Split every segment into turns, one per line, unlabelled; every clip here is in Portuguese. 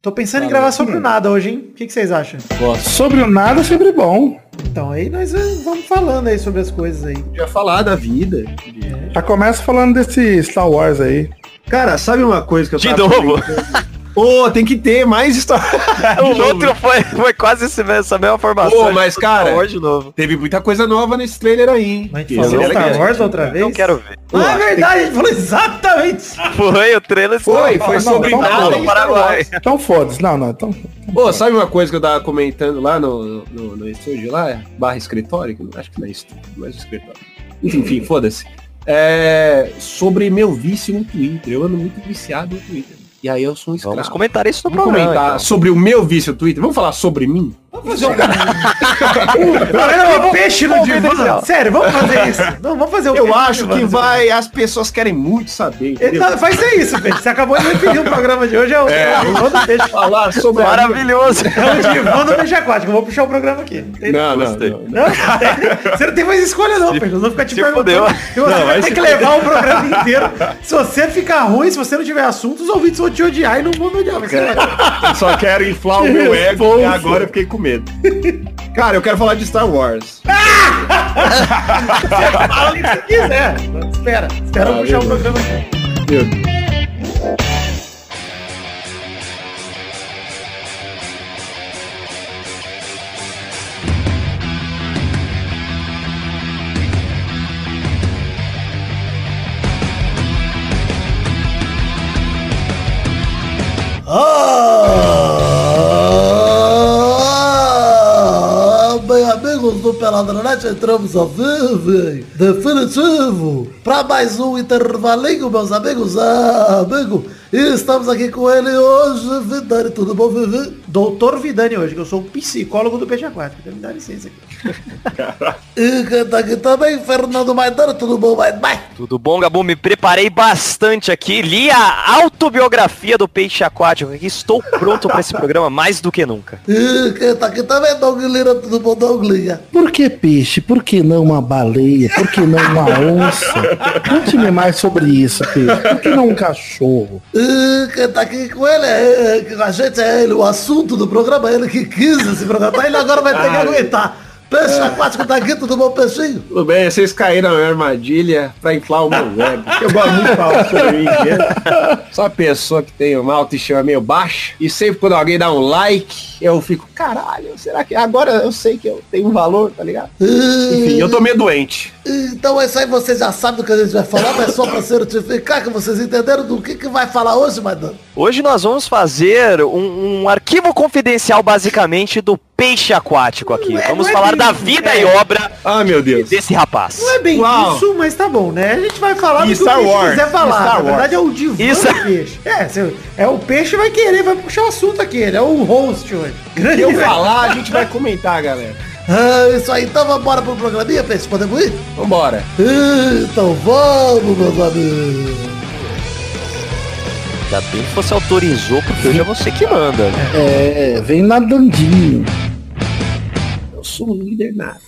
Tô pensando em gravar sobre o nada hoje, hein? O que, que vocês acham?
Gosto.
Sobre o nada é sempre bom.
Então, aí nós eh, vamos falando aí sobre as coisas aí.
Já falar da vida.
É.
Já começa falando desse Star Wars aí.
Cara, sabe uma coisa que eu
De
tava
novo?
pensando? Ô, tem que ter mais história.
O outro foi, foi quase esse mesmo- essa mesma formação.
Pô, mas, cara,
Hoje de novo.
Teve muita coisa nova nesse trailer aí, hein?
Mas a gente
Que
falou
era
Star
é que-
Wars outra vez?
Não quero ver.
Ah, é verdade, a gente falou exatamente isso.
Foi o trailer.
Foi, foi
Não,
sobre
não,
nada é
não,
e
Paraguai.
Então foda-se. Não, não. Então,
Pô, sabe uma coisa que eu tava comentando lá no, no, no estúdio lá? Barra escritório? que eu Acho que não é estúdio, mas escritório. Enfim, enfim, foda-se. É, sobre meu vício no Twitter. Eu ando muito viciado no Twitter. E aí eu sou um escravo.
Vamos comentar isso no
Vamos
programa.
comentar
então.
sobre o meu vício no Twitter. Vamos falar sobre mim?
Vamos fazer um peixe no divã. Sério, vamos fazer isso. Não, vamos fazer o
Eu
peixe no
acho
divã,
que
no divã.
vai. As pessoas querem muito saber.
Ele
Entendeu?
tá- vai ser isso, peixe. Você acabou de referir o programa de hoje. É o é. divã do peixe.
Falar sobre. a minha-
Maravilhoso.
É o divã do peixe aquático. Eu vou puxar o programa aqui. Não, tem-
Não, não,
Gostei.
não.
não, não tem- você não tem mais escolha não, peixe. Eu vou ficar te
se
perguntando.
fudeu.
E Você vai ter que levar o programa inteiro. Se você ficar ruim, se você não tiver assunto, os ouvintes vão te odiar e não vão me odiar. Mas você vai-
Eu Só quero inflar o meu ego e agora eu fiquei com medo. Cara, eu quero falar de Star Wars.
fala o que você quiser. Espera, espera eu
Ah,
puxar o
beleza.
programa aqui.
Meu Deus.
Ah, bem amigos do Peladronete, entramos ao vivo, hein? definitivo, para mais um intervalinho, meus amigos, ah, amigo, e estamos aqui com ele hoje, Vidani, tudo bom, Vivi?
Doutor Vidani hoje, que eu sou o psicólogo do peixe aquático. Então me dá licença aqui.
E quem tá aqui também, Fernando Maidana, tudo bom, Maidana?
Tudo bom, Gabu? Me preparei bastante aqui. Li a autobiografia do peixe aquático aqui. Estou pronto para esse programa mais do que nunca.
E quem tá aqui também, Doug Lira, tudo bom, Doug Lira?
Por que peixe? Por que não uma baleia? Por que não uma onça? Conte-me mais sobre isso, peixe. Por que não um cachorro?
E quem tá aqui com ele, é, é, com a gente, é ele, o assunto do programa, ele que quis esse programa, ele agora vai ter que aguentar. Peixe aquático tá aqui, tudo bom, peixinho?
Tudo bem, vocês caíram na minha armadilha pra inflar o meu ego. Eu gosto muito de falar sobre mim. né? Sou uma pessoa que tem uma autoestima meio baixa. E sempre quando alguém dá um like, eu fico, caralho, será que agora eu sei que eu tenho um valor, tá ligado? Enfim, eu tô meio doente.
Eh, Então é isso aí, vocês já sabem do que a gente vai falar, mas só pra certificar que vocês entenderam do que, que vai falar hoje, Madonna.
Hoje nós vamos fazer um, um arquivo confidencial, basicamente, do peixe aquático aqui.
Não é-
Vamos
não é
falar
bem
da
isso,
vida
é.
e obra
Ah, meu Deus.
desse rapaz.
Não é bem
Uau.
isso, mas tá bom, né? A gente vai falar do
E
que
Star
o peixe
Wars,
quiser falar.
e Star
Na verdade é o divã
Isso.
do peixe. É, se- é o peixe vai querer, vai puxar o assunto aqui. Ele é o host hoje.
Se
Grande
eu falar, a gente vai comentar, galera.
É isso aí, então vamos embora pro programinha, peixe, podemos ir?
Vambora.
Então vamos, meus amigos.
Ainda bem que você autorizou, porque hoje é você que manda. né?
É, vem nadandinho.
Eu sou um líder nato.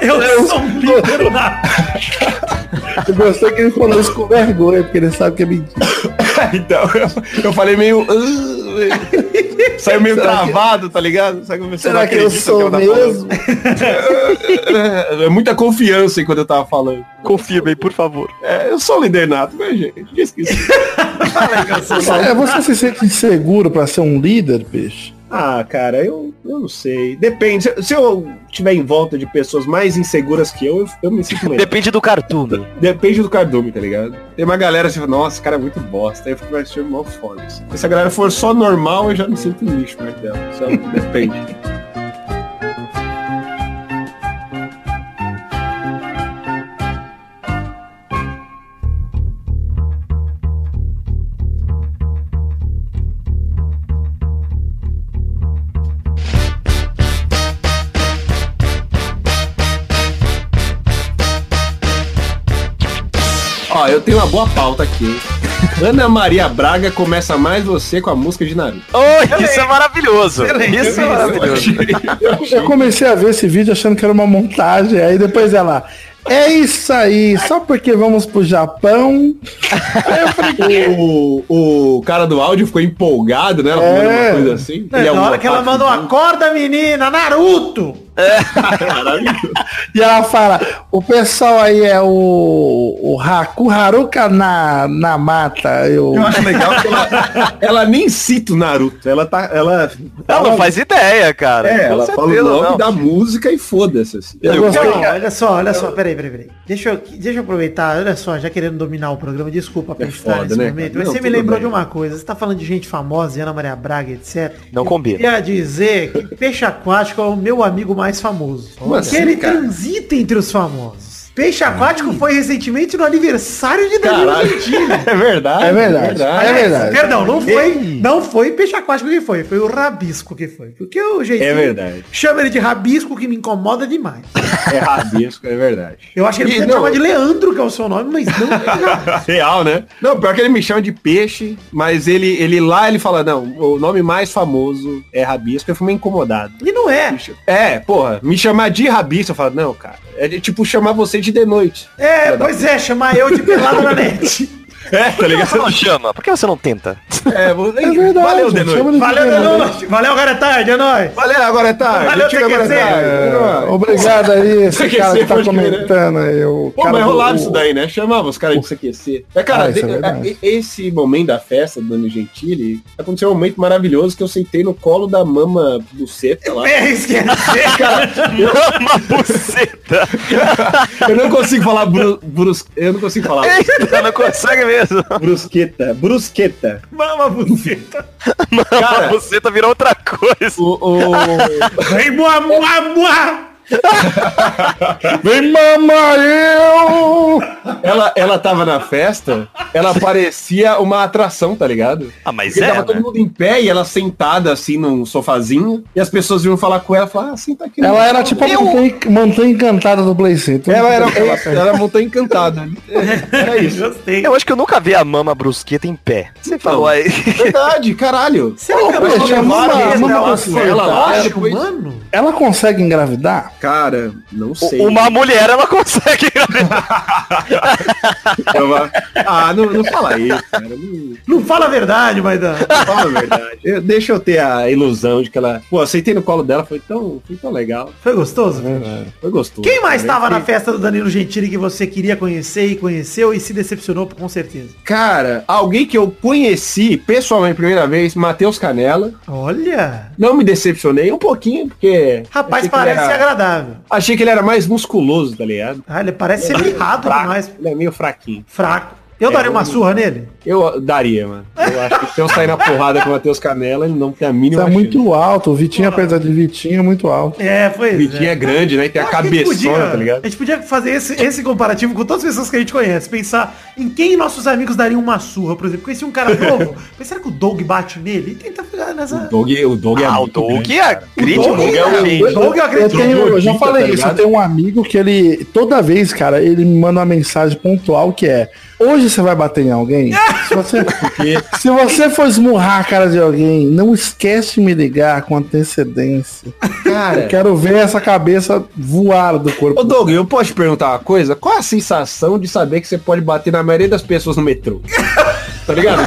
é
Eu sou um líder da...
Eu gostei que ele falou isso com vergonha, porque ele sabe que é mentira.
Então, eu, eu falei meio. "Ah", Saiu meio
Será que-
travado, tá ligado? Será que, você não
Será que eu
acredita
sou
tava
mesmo?
falando? É muita confiança enquanto eu tava falando.
Confirmem, por favor.
É, eu sou o líder nato, né, gente? Já esqueci.
É, você se sente inseguro pra ser um líder, peixe?
Ah, cara, eu, eu não sei. Depende. Se, se eu tiver em volta de pessoas mais inseguras que eu, eu, eu me sinto melhor.
Depende do cartoon.
Depende do cardume, tá ligado? Tem uma galera assim, nossa, esse cara é muito bosta. Aí eu fico mais achando mó foda. isso. Se a galera for só normal, eu já me sinto um lixo perto dela. Só depende. Ó, eu tenho uma boa pauta aqui. Ana Maria Braga começa mais você com a música de Naruto.
Oh, isso é maravilhoso. Isso é
Eu
maravilhoso.
achei-
Eu comecei a ver esse vídeo achando que era uma montagem, aí depois ela. É isso aí, só porque vamos pro Japão.
o, o cara do áudio ficou empolgado, né? Ela
É.
falando uma coisa assim.
Na
Ele é um
hora que ela
otaku.
mandou, acorda menina, Naruto!
Maravilhoso.
E ela fala, o pessoal aí é o, o Haku Haruka na, na mata. Eu,
Eu acho legal que ela, ela nem cita o Naruto. Ela tá. Ela,
Ela não faz ideia, cara.
É, ela
Com
fala o
certeza
nome
não.
da música e foda-se. assim.
eu
Não,
gostei.
olha só, olha só, peraí, peraí, peraí. Deixa eu, deixa eu aproveitar, olha só, já querendo dominar o programa, desculpa pra
É
gente estar
foda,
nesse
né,
momento,
cara?
mas
Não,
você me
tudo
lembrou
bem.
de uma coisa, você tá falando de gente famosa, Ana Maria Braga, etc.
Não
Eu
combina.
Queria dizer que Peixe Aquático é o meu amigo mais famoso. Porque
assim,
ele
cara? Ah.
transita entre os famosos. Peixe Aquático foi recentemente no aniversário de Danilo
Caralho.
Gentili.
É verdade.
É verdade. É
Aliás,
verdade.
Perdão, não foi, não foi peixe aquático que foi, foi o rabisco que foi. Porque o jeitinho
É verdade.
chama ele de rabisco que me incomoda demais.
É rabisco, é verdade.
Eu acho que ele
E
podia
não-
chamar de Leandro, que é o seu nome, mas não de rabisco.
Real, né? Não, pior que ele me chama de peixe, mas ele, ele lá ele fala, não, o nome mais famoso é rabisco, eu fui meio incomodado.
E não é.
É, porra, me chamar de rabisco, eu falo, não, cara, é de- tipo chamar você de de noite.
É, pois é, chamar eu de pelado na net.
É, tá
Por que você não chama? Por que você não tenta?
É, vou-
é verdade.
valeu, de
gente,
noite.
chama ele de
Valeu,
Denoite.
Danote. Valeu, cara, é tarde, é nóis.
Valeu, agora é tarde.
Valeu,
Chega agora é
TQC.
tarde.
É, Obrigado aí, esse
Você
cara que
esqueceu
tá
de ver, né?
comentando aí. O
Pô,
cara
mas
do-
rolava
o-
isso daí, né? Chamava os caras de se aquecer. É, cara,
Ah, isso
de-
é verdade.
é, esse momento da festa do Dani Gentili, aconteceu um momento maravilhoso que eu sentei no colo da mama do Seta lá.
É, esquece.
é Uma buceta!
Eu não consigo falar bru, brus, eu não consigo falar
Eita, não consegue mesmo.
brusqueta, brusqueta.
Mama buceta.
é Uma
Cara,
buceta virou outra coisa.
o, o
Vem, mua, mua, mua.
Vem mamar eu!
ela ela tava na festa, ela parecia uma atração, tá ligado?
Ah, mas
Porque
é,
tava
né?
todo mundo em pé e ela sentada assim num sofazinho, e as pessoas vinham falar com ela, falaram, ah, senta aqui.
Ela era tipo a montanha, montanha encantada do Play Center.
Ela era, ela, era montanha encantada. Era isso.
É Gostei.
Eu acho que eu nunca vi a mama brusqueta em pé. Você falou
é
aí.
Verdade, caralho.
Será que
Ô,
ela
peixe,
não
mama-
levaram
mama
ela
buceta.
foi
Ela lá,
baixo,
depois-
mano?
Ela consegue engravidar?
Cara, não sei.
Uma mulher, ela consegue.
Eu vou- Ah, não, não fala isso, cara. Não,
Não fala a verdade, Maidan.
não fala a verdade. Eu- deixa eu ter a ilusão de que ela. Pô, eu sentei no colo dela, foi tão, foi tão legal.
Foi gostoso?
Foi gostoso.
Quem mais
Cara,
estava
eu
na
fiquei-
festa do Danilo Gentili que você queria conhecer e conheceu e se decepcionou com certeza?
Cara, alguém que eu conheci pessoalmente, primeira vez, Matheus Canela.
Olha!
Não me decepcionei um pouquinho, porque.
Rapaz,
achei que ele
parece ser
era-
agradável.
Achei que ele era mais musculoso, tá ligado?
Ah, ele parece ser mirrado,
Fraco. um
mas
Ele é meio fraquinho.
fraco. Eu daria uma surra nele?
Eu daria, mano. Eu acho que se eu sair na porrada com o Matheus Canela, ele não tem a
Isso
mínima
Tá
é muito alto. O Vitinho, apesar de Vitinho, é muito alto.
É, foi
O Vitinho é grande, né? E tem a cabeçona, tá ligado?
A gente Ah, podia fazer esse, esse comparativo com todas as pessoas que a gente conhece. Pensar em quem nossos amigos dariam uma surra, por exemplo. Conheci um cara novo. mas será que o Doug bate nele? E tenta ficar nessa...
Doug, o Doug é
Ah, o
muito
Doug
grande.
é crítico.
Doug é
né,
o-
um
gente?
Eu Doug, eu
Eu,
acredito.
tenho, eu
gordita,
já
tá
falei isso, eu
ligado?
tenho um amigo que ele, toda vez, cara, ele me manda uma mensagem pontual que é hoje você vai bater em alguém? Se você, se você for esmurrar a cara de alguém, não esquece de me ligar com antecedência. Eu
Cara,
quero ver essa cabeça voar do corpo.
ô Doug, eu posso te perguntar uma coisa? Qual é a sensação de saber que você pode bater na maioria das pessoas no metrô? tá ligado?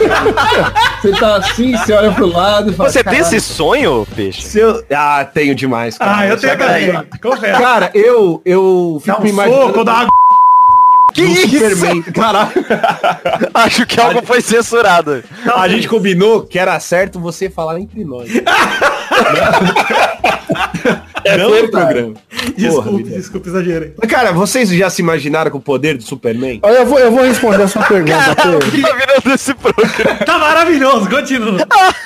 você tá assim, você olha pro lado e fala...
Você tem
"Caralho,
esse sonho, peixe?
se eu- Ah, tenho demais, cara.
Ah, eu tenho
Sacanagem.
também. Confesso.
Cara, eu, eu
Dá
fico me
um
imaginando...
soco, dá uma
Que
do
isso?
Superman. Caralho.
Acho que algo foi censurado. Tá
A gente combinou que era certo você falar entre nós. não no programa. Porra,
Desculpe,
vida.
desculpe, exagerei.
Mas, Cara, vocês já se imaginaram com o poder do Superman?
Olha, Eu vou, eu vou responder a sua pergunta,
Caralho,
Pedro.
o que tá virando esse programa?
Tá maravilhoso, continua.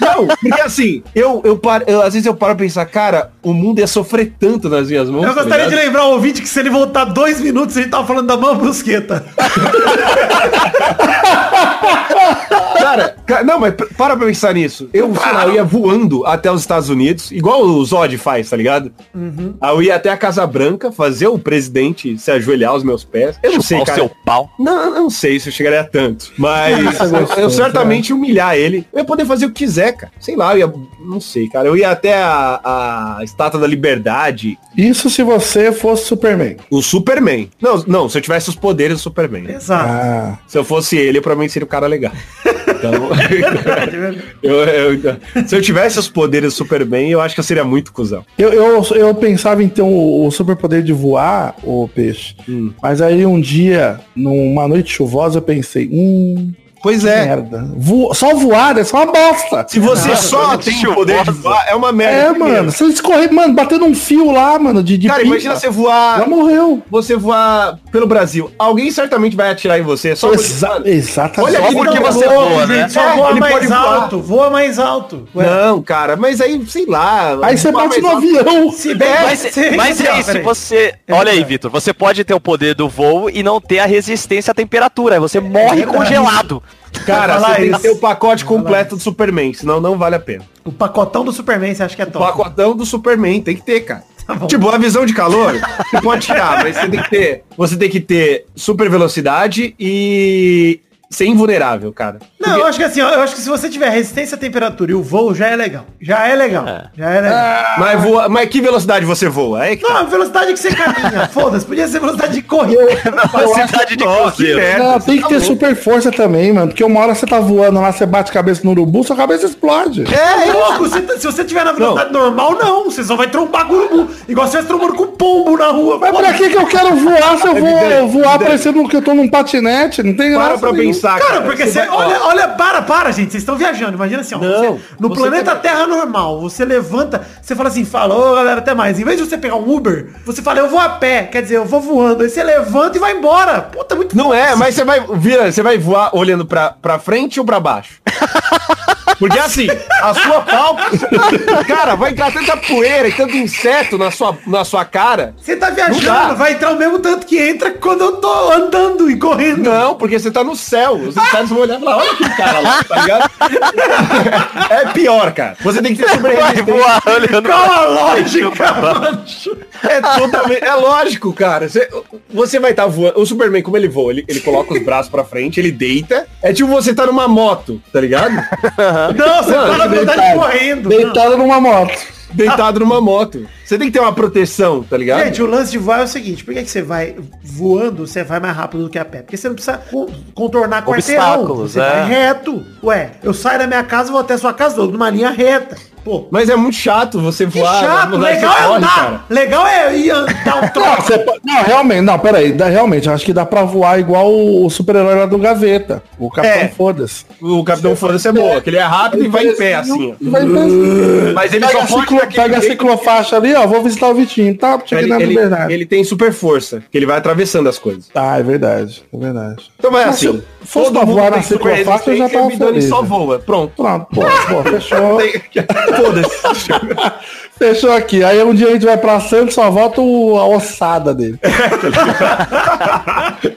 Não, porque assim, eu, eu, paro, eu- às vezes eu paro pra pensar, cara, o mundo ia sofrer tanto nas minhas mãos.
Eu
tá
gostaria de
ligado?
lembrar o ouvinte que se ele voltar dois minutos, tá a gente tava falando da mão brusqueta.
Cara, ca- não, mas p- para pra pensar nisso. Eu, sei lá, eu ia voando até os Estados Unidos, igual o Zod faz, tá ligado? Aí eu ia até a Casa Branca, fazer o presidente se ajoelhar aos meus pés. Eu não sei,
Chupar o
cara.
seu pau.
Não, eu não sei se eu chegaria a tanto. Mas
Isso é
eu,
gostoso,
eu certamente ia humilhar ele. Eu ia poder fazer o que quiser, cara. Sei lá, eu ia. Não sei, cara. Eu ia até a, a Estátua da Liberdade,
Isso se você fosse Superman.
o Superman. Não, não, se eu tivesse os poderes do Superman.
Exato.
Ah,
Se eu fosse ele, eu provavelmente seria o cara legal. Então,
Verdade, verdade.
eu- eu- se eu tivesse os poderes do Superman, eu acho que eu seria muito cuzão.
eu, eu, eu pensava então o, o superpoder de voar, o peixe.
Hum.
Mas aí um dia, numa noite chuvosa, eu pensei, hum,
Pois
que
é.
merda. Vo- só voar é só uma bosta.
Se você só
coisa
tem o poder de
chuvosa.
voar, é uma merda.
É,
primeiro.
mano, você escorrer, mano, batendo um fio lá, mano, de, de
Cara,
pipa,
imagina você voar.
Já morreu.
você voar pelo Brasil, alguém certamente vai atirar em você. é Só
Exa exatamente.
Olha
Só
aqui,
porque
não,
você
não,
voa, né?
gente,
Só voa
ele pode
mais
voar.
alto, voa mais alto. Ué,
Não, cara, mas aí, sei lá.
Aí você
voar mais
bate no
alto.
avião.
Se bem,
Mas,
se-
mas
se- ó,
é isso,
peraí.
você.
É
Olha aí,
verdade.
Vitor. Você pode ter o poder do voo e não ter a resistência à temperatura. Aí Você morre
É verdade.
congelado.
Cara,
Vai
você
falar
tem que
isso.
ter o pacote completo do Superman, senão não vale a pena.
O pacotão do Superman, você acha que é
O
top?
pacotão do Superman tem que ter, cara.
Tá bom.
tipo, a visão de calor, você pode tirar, mas você tem que ter. Você tem que ter super velocidade e ser invulnerável, cara.
Não, eu acho que assim, ó, eu acho que se você tiver resistência à temperatura e o voo já é legal. Já é legal.
É.
Já é legal.
Mas, voa, mas que velocidade você voa? É que
Não,
tá.
a velocidade que você caminha. Foda-se, podia ser velocidade de corrida.
tá assim,
Cidade de
Nossa, que
cruzeiro.
merda. tá
Não, tem que ter super força também, mano. Porque uma hora você tá voando lá, você bate a cabeça no urubu, sua cabeça explode.
É, é louco. Se, se você tiver na velocidade normal, não. Você só vai trombar com urubu. Igual se você estivesse trombando com pombo na rua.
Mas pra que que eu quero voar se eu vou
Evidente,
voar
evidente.
parecendo que eu tô num patinete? Não tem
Para
graça
pra
nenhuma.
pensar,
Cara, porque você.
Ah, vai- ó,
olha, olha, para, para, gente. Vocês estão viajando. Imagina assim, ó.
Não,
você- no
você
planeta
tá-
Terra normal, você levanta, você fala assim, fala, ô galera, até mais. Em vez de você pegar um Uber, você fala, eu vou a pé. Quer dizer, eu vou voando. Aí você levanta e vai embora. Puta, muito
Não é, mas você vai, vira, você vai voar olhando pra, pra frente ou pra baixo? Porque assim, a sua pálpebra, cara, vai entrar tanta poeira e tanto inseto na sua, na sua cara.
Você tá
Não dá.
viajando, vai entrar o mesmo tanto que entra quando eu tô andando e correndo.
Não, porque você tá no céu. Os insetos vão olhar e falar, olha aquele cara lá, tá ligado? É pior, cara. Você tem que ter sobre
Vai voar olhando pra-
Qual a lógica, mano?
É, totalmente- é lógico, cara. Você, você vai estar voando. O Superman, como ele voa? Ele, ele coloca os braços pra frente, ele deita. É tipo você tá numa moto, tá ligado?
Não, você
Não, é
tá na verdade
deitado.
correndo.
Deitado numa moto.
Deitado numa moto. Você tem que ter uma proteção, tá ligado?
Gente, o lance de voar é o seguinte, por que, que você vai voando, você vai mais rápido do que a pé? Porque você não precisa co- contornar quarteirão.
Obstáculos,
você
é.
vai reto. Ué, eu saio da minha casa, vou até a sua casa, dou numa linha reta. Pô,
Mas é muito chato você
que
voar.
chato,
né?
legal
Você
é
corre,
andar.
cara.
Legal é ir andar o
Não,
troço.
você pode- não, realmente, não, peraí. Dá, realmente, eu acho que dá pra voar igual o, o super-herói lá do Gaveta. O Capitão
É.
Foda-se.
O Capitão Foda-se é boa, que ele é rápido e vai em pé, assim, ó.
E vai em pé.
Mas ele
pega
só
a,
pode
ciclo-
daquele
pega a
jeito.
ciclofaixa ali, ó. Vou visitar o Vitinho, tá? Cheguei
Ele,
na
ele,
liberdade.
ele tem super força, que ele vai atravessando as coisas.
Ah, é verdade, é verdade.
Então vai
Mas
assim.
se eu fosse pra
mundo
voar
tem
na
super
ciclofaixa, eu já
resistência, o
tava
Midori
feliz,
só
né?
voa, pronto.
Pronto, pô, pô fechou.
Foda-se.
Fechou aqui. Aí um dia a gente vai pra Santos, só volta o- a ossada dele.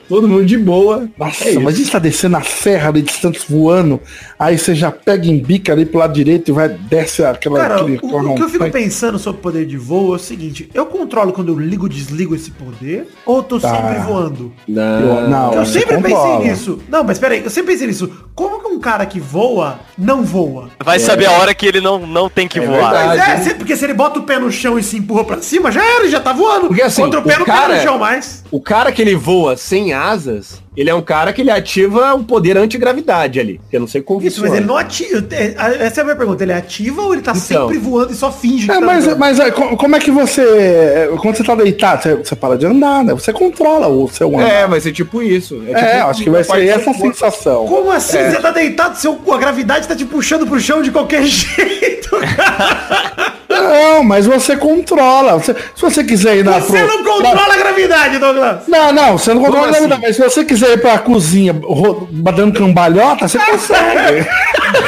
Todo mundo de boa.
Nossa,
É isso.
mas a gente tá descendo a serra ali de Santos voando. Aí você já pega em bica ali pro lado direito e vai, desce aquela.
Cara, o,
aquele- aquela
o que eu fico
montanha.
pensando sobre o poder de voo é o seguinte, eu controlo quando eu ligo ou desligo esse poder ou eu tô
Tá.
sempre voando?
Eu- não,
Eu
você
sempre
controla.
pensei nisso. Não, mas peraí, eu sempre pensei nisso. Como que um cara que voa não voa?
Vai saber a hora que ele não, não tem que voar.
verdade.
Mas é,
né?
se- porque se ele bota o pé no chão e se empurra pra cima, já era, ele já tá voando.
Porque assim,
Contra o pé
o
não
cara-
cai no chão mais.
O cara que ele voa sem asas, ele é um cara que ele ativa o poder antigravidade ali. que Eu não sei como
Isso, mas ele não ativa. é, Essa é a minha pergunta. Ele ativa ou ele tá
Então.
sempre voando e só finge que
É,
tá
mas,
voando?
mas é, co- como é que você. é, Quando você tá deitado, você, você para de andar, né? Você controla o seu andar.
É, vai ser tipo isso.
É, acho que vai ser essa a
um
sensação.
sensação.
Como assim? Você tá deitado, seu, a gravidade tá te puxando pro chão de qualquer jeito, cara.
É, Não, mas você controla. Você- se você quiser ir na
Você
pro-
não controla a gravidade, Douglas!
Não, não, você não controla
Como
nada,
assim?
mas se você quiser ir pra cozinha ro- dando cambalhota, você consegue.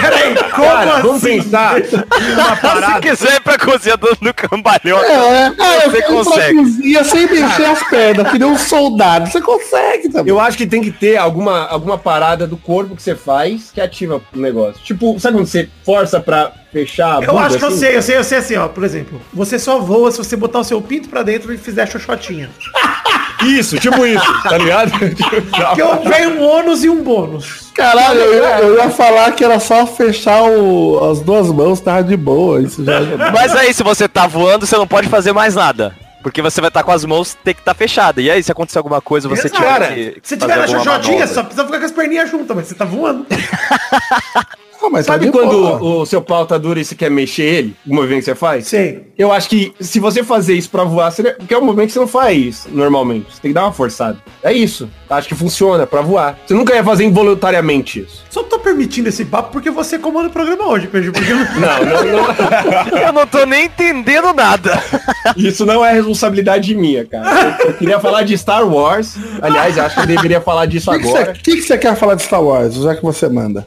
Peraí, como
Cara, vamos
assim?
pensar. Uma
Se
parada.
quiser ir pra cozinha dando no cambalhota,
É, ah, eu
você
quero ir pra
consegue.
cozinha sem mexer as pernas, que nem um soldado. Você consegue também.
Eu acho que tem que ter alguma, alguma parada do corpo que você faz que ativa o negócio. Tipo, sabe quando você força pra fechar a
Eu acho que eu
assim?
sei, eu sei, eu sei assim, ó. Por exemplo, você só voa se você botar o seu pinto pra dentro e fizer xoxotinha.
Isso, tipo isso, tá ligado?
Porque eu ganho um ônus e um bônus.
Caralho, eu, ia- eu ia falar que era só fechar o- as duas mãos, tava de boa. Isso já. é
É.
Mas aí, se você tá voando, você não pode fazer mais nada. Porque você vai estar com as mãos, tem que estar fechada. E aí, se acontecer alguma coisa, você
Exato.
tiver
Cara,
que
Se
fazer
tiver na
alguma
xoxotinha,
manobra.
só precisa ficar com as perninhas juntas, mas você tá voando.
Ah, mas tá
Sabe
de
quando
boa.
o, o seu pau tá duro e você quer mexer ele? O movimento que você faz?
Sei.
Eu acho que se você fazer isso pra voar, seria... porque é um momento que você não faz normalmente. Você tem que dar uma forçada. É isso. Acho que funciona pra voar. Você nunca ia fazer involuntariamente isso.
Só tô permitindo esse papo porque você comanda o programa hoje, Pedro. Porque eu
é
não-
Não, não, não.
Eu não tô nem entendendo nada.
Isso não é responsabilidade minha, cara. Eu, eu queria falar de Star Wars. Aliás, acho que eu deveria falar disso
O que que você-
agora.
o que que você quer falar de Star Wars, já que você manda?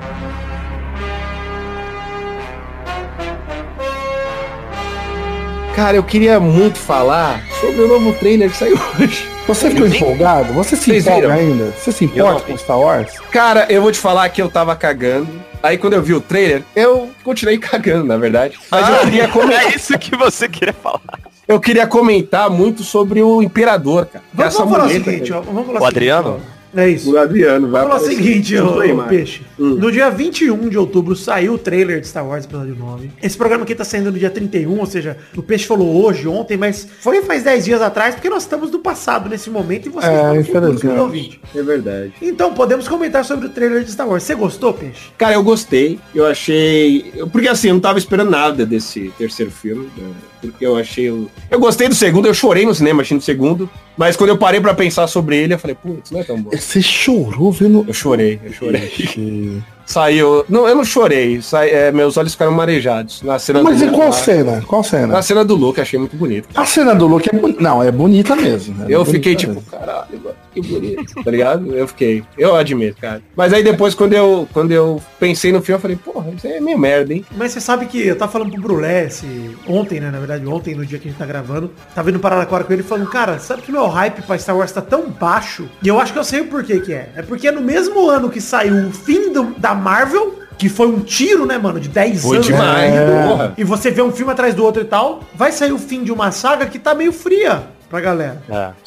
Cara, eu queria muito falar sobre o novo trailer que saiu hoje.
Você ficou empolgado? Você se
Vocês
empolga
viram?
ainda? Você se
Eu
importa
não
com Star Wars?
Cara, eu vou te falar que eu tava cagando. Aí quando eu vi o trailer, eu continuei cagando, na verdade. Mas eu queria comentar.
É isso que você queria falar.
Eu queria comentar muito sobre o Imperador, cara.
Vamos,
Essa
vamos falar o
muleta,
seguinte, ó.
velho.
Vamos falar
né? O Adriano?
ó. É isso.
O Adriano vai
Vamos falar o
é
aparecer.
seguinte,
Não
ô,
foi, Marcos?
Peixe.
Hum.
No dia 21 de outubro saiu o trailer de Star Wars episódio 9. Esse programa aqui tá saindo no dia 31, ou seja, o Peixe falou hoje, ontem, mas foi faz 10 dias atrás, porque nós estamos do passado nesse momento e vocês
É,
estão no futuro,
infelizmente.
querido ouvinte.
É verdade.
Então podemos comentar sobre o trailer de Star Wars. Você gostou, Peixe?
Cara, eu gostei. Eu achei. eu- Porque assim, eu não tava esperando nada desse terceiro filme. né? Porque eu achei. o- Eu gostei do segundo, eu chorei no cinema achando o segundo. Mas quando eu parei pra pensar sobre ele, eu falei, putz, não é tão bom.
Você chorou vendo.
Eu chorei, eu chorei.
Ixi.
Saiu. Não, eu não chorei. sai- é, meus olhos ficaram marejados. Na cena
Mas
do
em
Luke
qual
lá.
cena? Qual cena?
Na cena do Luke, achei muito bonito.
A cena do Luke é bonita. Não, é bonita mesmo. é
Eu
bonita
fiquei tipo,
mesmo.
caralho, mano, que bonito, tá ligado? Eu fiquei, eu admito, cara. Mas aí depois, quando eu, quando eu pensei no filme, eu falei, porra, isso aí é meio merda, hein?
Mas você sabe que eu tava falando pro Brulé esse, ontem, né? Na verdade, ontem, no dia que a gente tá gravando, tava indo Paranaquara com ele falando, cara, sabe que meu hype pra Star Wars tá tão baixo? E eu acho que eu sei o porquê que é. É porque no mesmo ano que saiu o fim do- da Marvel, que foi um tiro, né, mano, de 10
Foi
anos.
demais,
seguido,
porra.
E você vê um filme atrás do outro e tal, vai sair o fim de uma saga que tá meio fria pra galera.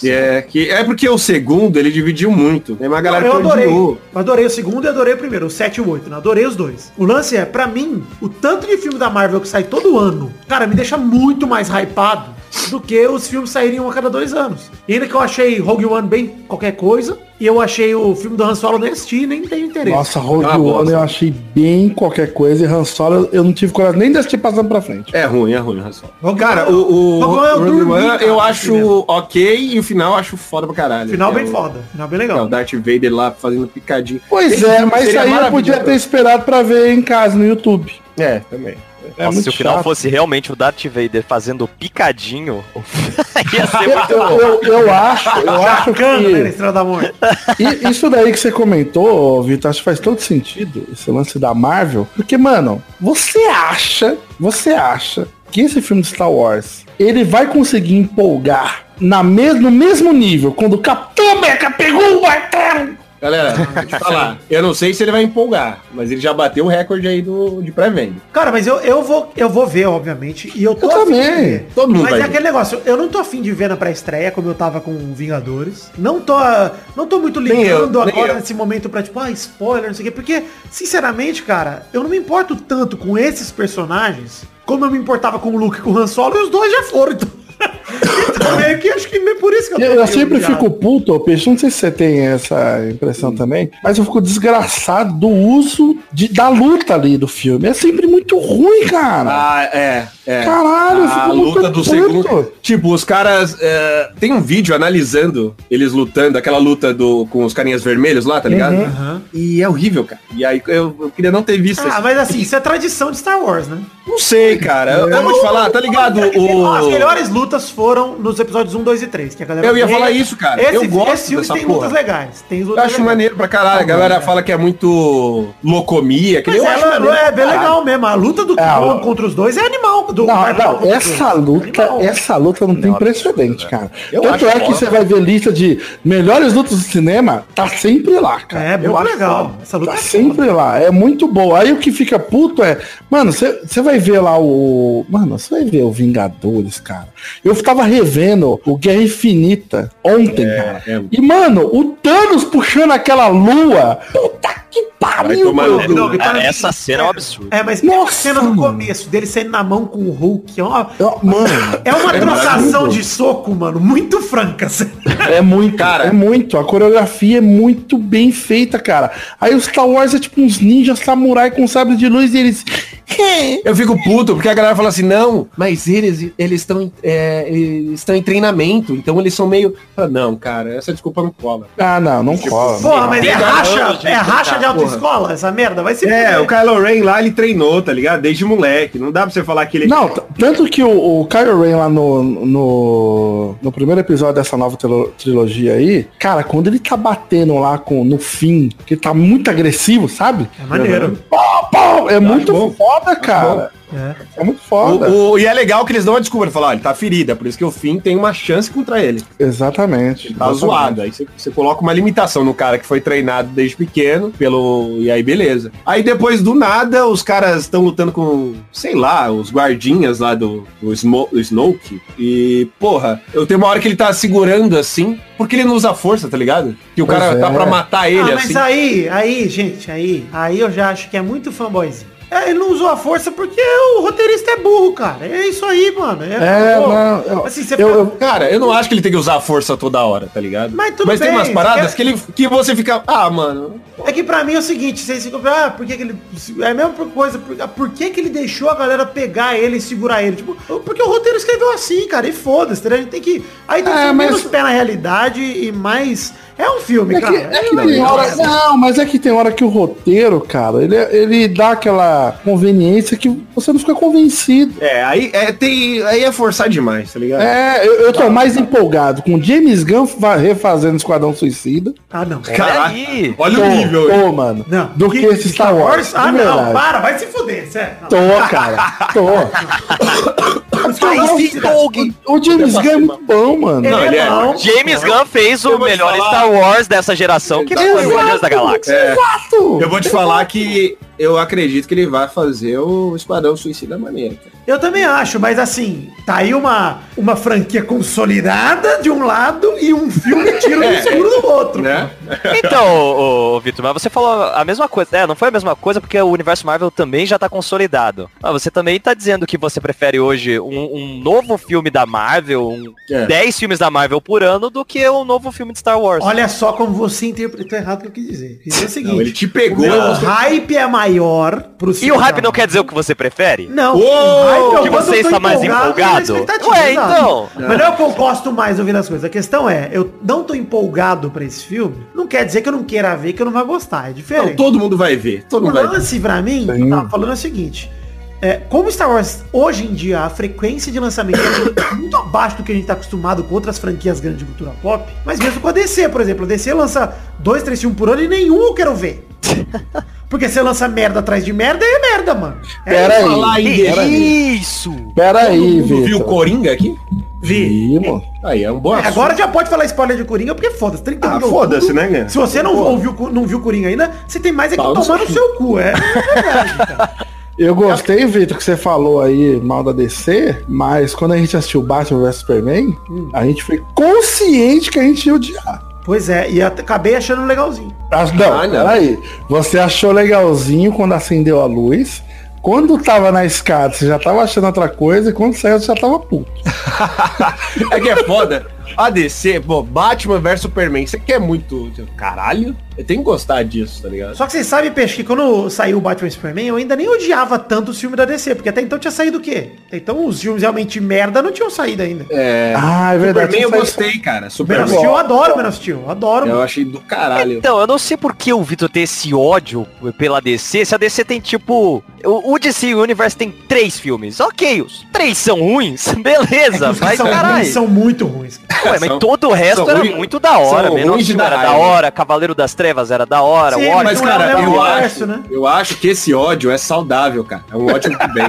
É, que, é porque o segundo, ele dividiu muito. Tem uma galera
eu
que
adorei.
odiou.
Eu adorei o segundo e adorei o primeiro, o 7 e o 8. Né? Adorei os dois. O lance é, pra mim, o tanto de filme da Marvel que sai todo ano, cara, me deixa muito mais hypado do que os filmes sairiam a cada dois anos. E ainda que eu achei Rogue One bem qualquer coisa, e eu achei o filme do Han Solo nem assisti, nem tenho interesse.
Nossa, Rogue
É uma
One
bosta.
eu achei bem qualquer coisa e Han Solo eu não tive coragem nem de assistir passando pra frente.
É ruim, é ruim, razão.
Rogue
Cara,
One- é
o, o,
Rogue One eu
Rogue
dormi,
One
cara,
eu
no
acho
cinema.
ok e o final eu acho foda pra caralho.
Final
Que é
bem
o-
foda, então. final bem
É, o
legal.
Darth Vader lá fazendo picadinho.
Pois
Esse
é,
filme
mas isso
seria
aí eu
maravilhoso.
podia ter esperado pra ver em casa no YouTube.
É, também.
É
Nossa, se o
muito
final
chato.
fosse realmente o Darth Vader fazendo picadinho, ia ser
Eu,
muito
eu,
bom.
eu, eu acho, eu acho
Bacana, né, na
que
Estrela da Morte.
e- isso daí que você comentou, ô, Vitor, acho que faz todo sentido, esse lance da Marvel, porque, mano, você acha, você acha que esse filme de Star Wars, ele vai conseguir empolgar na mes no mesmo nível, quando o Capitão América pegou o martelo
Galera, deixa eu falar. Eu não sei se ele vai empolgar, mas ele já bateu o recorde aí do, de pré-venda.
Cara, mas eu, eu, vou, eu vou ver, obviamente, e eu tô
Eu
afim de
também.
ver.
Todo mundo
Mas
vai
é
ver.
aquele negócio, eu não tô afim de ver na pré-estreia, como eu tava com Vingadores. Não tô, não tô muito
Nem eu,
ligando
nem
agora
eu.
nesse momento pra, tipo, ah, spoiler, não sei o quê. Porque, sinceramente, cara, eu não me importo tanto com esses personagens como eu me importava com o Luke e com o Han Solo, e os dois já foram, então. Então, meio que acho que meio por isso que
Eu,
tô
eu
meio
sempre
humilhado.
fico puto, ô, peixe, não sei se você tem essa impressão também, mas eu fico desgraçado do uso de, da luta ali do filme. É sempre muito ruim, cara.
Ah, é, é.
Caralho, eu
a
fico muito
luta do
puto.
segundo. Tipo, os caras. é, tem um vídeo analisando eles lutando, aquela luta do, com os carinhas vermelhos lá, tá ligado?
Aham.
E é horrível, cara. E aí eu, eu queria não ter visto
Ah,
esse-
mas assim, isso é tradição de Star Wars, né?
Não sei, cara. Eu, eu vou te falar, tá ligado?
As
O...
melhores lutas foram nos episódios 1, 2 e 3. Que a galera
Eu ia
odeia.
falar isso, cara.
Esse,
Eu gosto
esse filme
dessa
tem
porra.
lutas né, legais. Tem
Eu acho maneiro pra caralho. A galera fala que é muito locomia. Que
Mas
eu acho
ela-
maneiro
é
pra
bem
caralho.
legal mesmo. A luta do
É,
Kron
ó.
contra os dois é animal. Do
Não,
Marvel
não,
contra os
essa
dois.
luta,
Animal.
essa luta não tem precedente, cara. Tanto
acho
é que
foda.
você vai ver lista de melhores lutas do cinema, tá sempre lá, cara.
É,
Eu
muito
acho
legal. Essa luta
Tá
é
sempre lá, é muito boa. Aí o que fica puto é, mano, você vai ver lá o. Mano, você vai ver o Vingadores, cara. Eu tava revendo o Guerra Infinita ontem, cara.
é.
E, mano, o Thanos puxando aquela lua. Puta que
Vai
pariu,
tomar no
mano.
cu.
Não, cara,
Essa cena é um absurdo.
É, mas
Nossa,
a cena no
mano.
começo dele saindo na mão com o Hulk. É uma,
Ó, Mano,
é uma trocação
maravilhoso.
de soco, mano, muito franca. assim.
é muito,
Cara.
É muito. A coreografia é muito bem feita, cara. Aí o Star Wars é tipo uns ninjas samurai com sabre de luz e eles.
Eu fico puto porque a galera fala assim, não, mas eles eles estão em- é, eles estão em treinamento, então eles são meio, Ah, não, cara, essa desculpa não cola.
Ah, não,
Tipo,
não cola. não.
Porra, mas é racha,
gente,
é racha
cara,
de autoescola essa merda? Vai ser.
É, o Kylo Ren lá, ele treinou, tá ligado? Desde moleque. Não dá pra você falar que ele...
Não, t- tanto que o, o Kylo Ren lá no, no, no primeiro episódio dessa nova trilo- trilogia aí, cara, quando ele tá batendo lá com, no fim, que ele tá muito agressivo, sabe?
É maneiro.
Pô, pô, é muito
Tá bom.
foda, cara.
É.
É muito foda.
O- o- e é legal que eles dão a desculpa, ele fala, ah, ele tá ferida, por isso que o Finn tem uma chance contra ele.
Exatamente.
Tá
exatamente.
zoado. Aí você, você coloca uma limitação no cara que foi treinado desde pequeno, pelo. E aí beleza. Aí depois do nada, os caras estão lutando com, sei lá, os guardinhas lá do, do, Smo- do Snoke. E, porra, eu tenho uma hora que ele tá segurando assim, porque ele não usa força, tá ligado? Que o
Pois
cara
é.
tá pra matar ele
Ah, mas
assim.
aí, aí, gente, aí, aí eu já acho que é muito fanboyzinho. É, ele não usou a força porque o roteirista é burro, cara. É isso aí, mano.
É,
pô,
não, eu-
assim, você
eu-
fica-
eu-
Cara, eu não acho que ele tem que usar a força toda hora, tá ligado?
Mas tudo
tem
bem,
umas paradas
é-
que, ele, que você fica. Ah, mano.
É que pra mim é o seguinte, vocês ficam, ah, por que, que ele. É a mesma coisa, por, por que, que ele deixou a galera pegar ele e segurar ele? Tipo, porque o roteiro escreveu assim, cara, e foda-se, entendeu? A gente tem que. Aí tem que
É,
ter
mas-
menos pé na realidade e mais. É um filme,
É que,
cara.
é que tem hora, não, mas é que tem hora que o roteiro, cara, ele, é- ele dá aquela conveniência que você não fica convencido.
É, aí é, tem, aí é forçar demais, tá ligado?
É, eu, eu tô mais empolgado com James Gunn fa- refazendo Esquadrão Suicida.
Ah, não.
Caralho,
Aí.
olha
Tô-
o nível.
tô, mano.
Não.
É. Do que, esse Star Wars.
Ah,
de
não,
verdade. Tá
para, vai se fuder, sério. Não.
Tô, cara. Tô.
Star Wars,
Sim,
cara.
Doug.
O James Gunn é muito bom, mano.
Ele
Não,
é
ele é-
bom.
James Gunn fez
Eu
o
vou te
melhor
falar-
Star Wars dessa geração, que foi
Exato,
é Guardiões da Galáxia.
Exato.
Eu vou te falar que eu acredito que ele vai fazer o Esquadrão Suicida maneira. cara.
Eu também acho, mas assim, tá aí uma, uma franquia consolidada de um lado e um filme tiro
É.
no escuro do outro.
Né?
Então, ô, ô, Vitor, mas você falou a mesma coisa. É, não foi a mesma coisa porque o universo Marvel também já tá consolidado. Mas você também tá dizendo que você prefere hoje um, um novo filme da Marvel, um
É.
10 filmes da Marvel por ano, do que um novo filme de Star Wars.
Olha só como você interpretou errado o que eu quis dizer. Quis dizer o seguinte.
Não, ele te
O
pegou.
meu hype é maior pro
e o hype não quer dizer o que você prefere?
Não,
Uou!
o
que
quando
você
eu tô
está mais
na
empolgado?
expectativa,
Ué,
exato.
então.
Mas não é o que eu gosto mais ouvindo as coisas. A questão é, eu não tô empolgado pra esse filme. Não quer dizer que eu não queira ver, que eu não vá gostar. É diferente.
Não, todo mundo vai ver. Todo
O
mundo vai ver.
lance pra mim,
Sim.
tá falando é o seguinte. É, como Star Wars, hoje em dia, a frequência de lançamento é muito abaixo do que a gente tá acostumado com outras franquias grandes de cultura pop. Mas mesmo com a DC, por exemplo. A DC lança dois, três filmes por ano e nenhum eu quero ver. Porque você lança merda atrás de merda, é merda, mano. É
Pera
isso.
falar
aí.
em
Que
Pera aí.
isso!
Pera aí,
Todo mundo viu o
Vitor.
Coringa aqui?
Vi.
Ih, mano.
Aí, é um bom
É,
assunto.
Agora já pode falar spoiler de Coringa, porque foda-se. 30
Ah,
de outubro.
foda-se, né, cara?
um Se você não, ouviu, não viu Coringa ainda, você tem mais é que
Pau no
tomar no
seu
seu cu. É, é verdade, cara.
Eu gostei, Vitor, que você falou aí mal da DC, mas quando a gente assistiu Batman vs Superman,
Hum.
a gente foi consciente que a gente ia odiar.
Pois é, e at- acabei achando legalzinho.
Ah, Não,
Ah, não.
peraí. Você achou legalzinho quando acendeu a luz, Quando tava na escada, você já tava achando outra coisa, e quando saiu, você já tava puto.
É que é foda. A DC, pô, Batman vs Superman, você quer muito. Caralho, eu tenho que gostar disso, tá ligado?
Só que vocês sabem, Peixe, que quando saiu o Batman e Superman, eu ainda nem odiava tanto os filmes da DC, porque até então tinha saído o quê? Até então os filmes realmente merda não tinham saído ainda.
É.
Ah, é verdade.
Superman eu
você saiu-
gostei, cara.
Man of
Superman.
Steel, eu adoro Man of Steel, eu adoro.
Eu achei do caralho.
Então, eu não sei por que o Vitor tem esse ódio pela DC, se a DC tem tipo. O, o DC Universe tem três filmes. Ok, os três são ruins, beleza,
Os É que
mas
são,
caralho.
ruins são muito ruins.
Ué, mas
São-
todo o resto
são
era
ruins-
muito da hora,
são
menos
ruins de
era
dar
da
raiva.
hora, Cavaleiro das Trevas era da hora,
Sim,
o ódio
mas
Mas,
não é o
cara,
mesmo
eu
universo,
acho,
né?
eu acho que esse ódio é saudável, cara. É um ódio muito bem.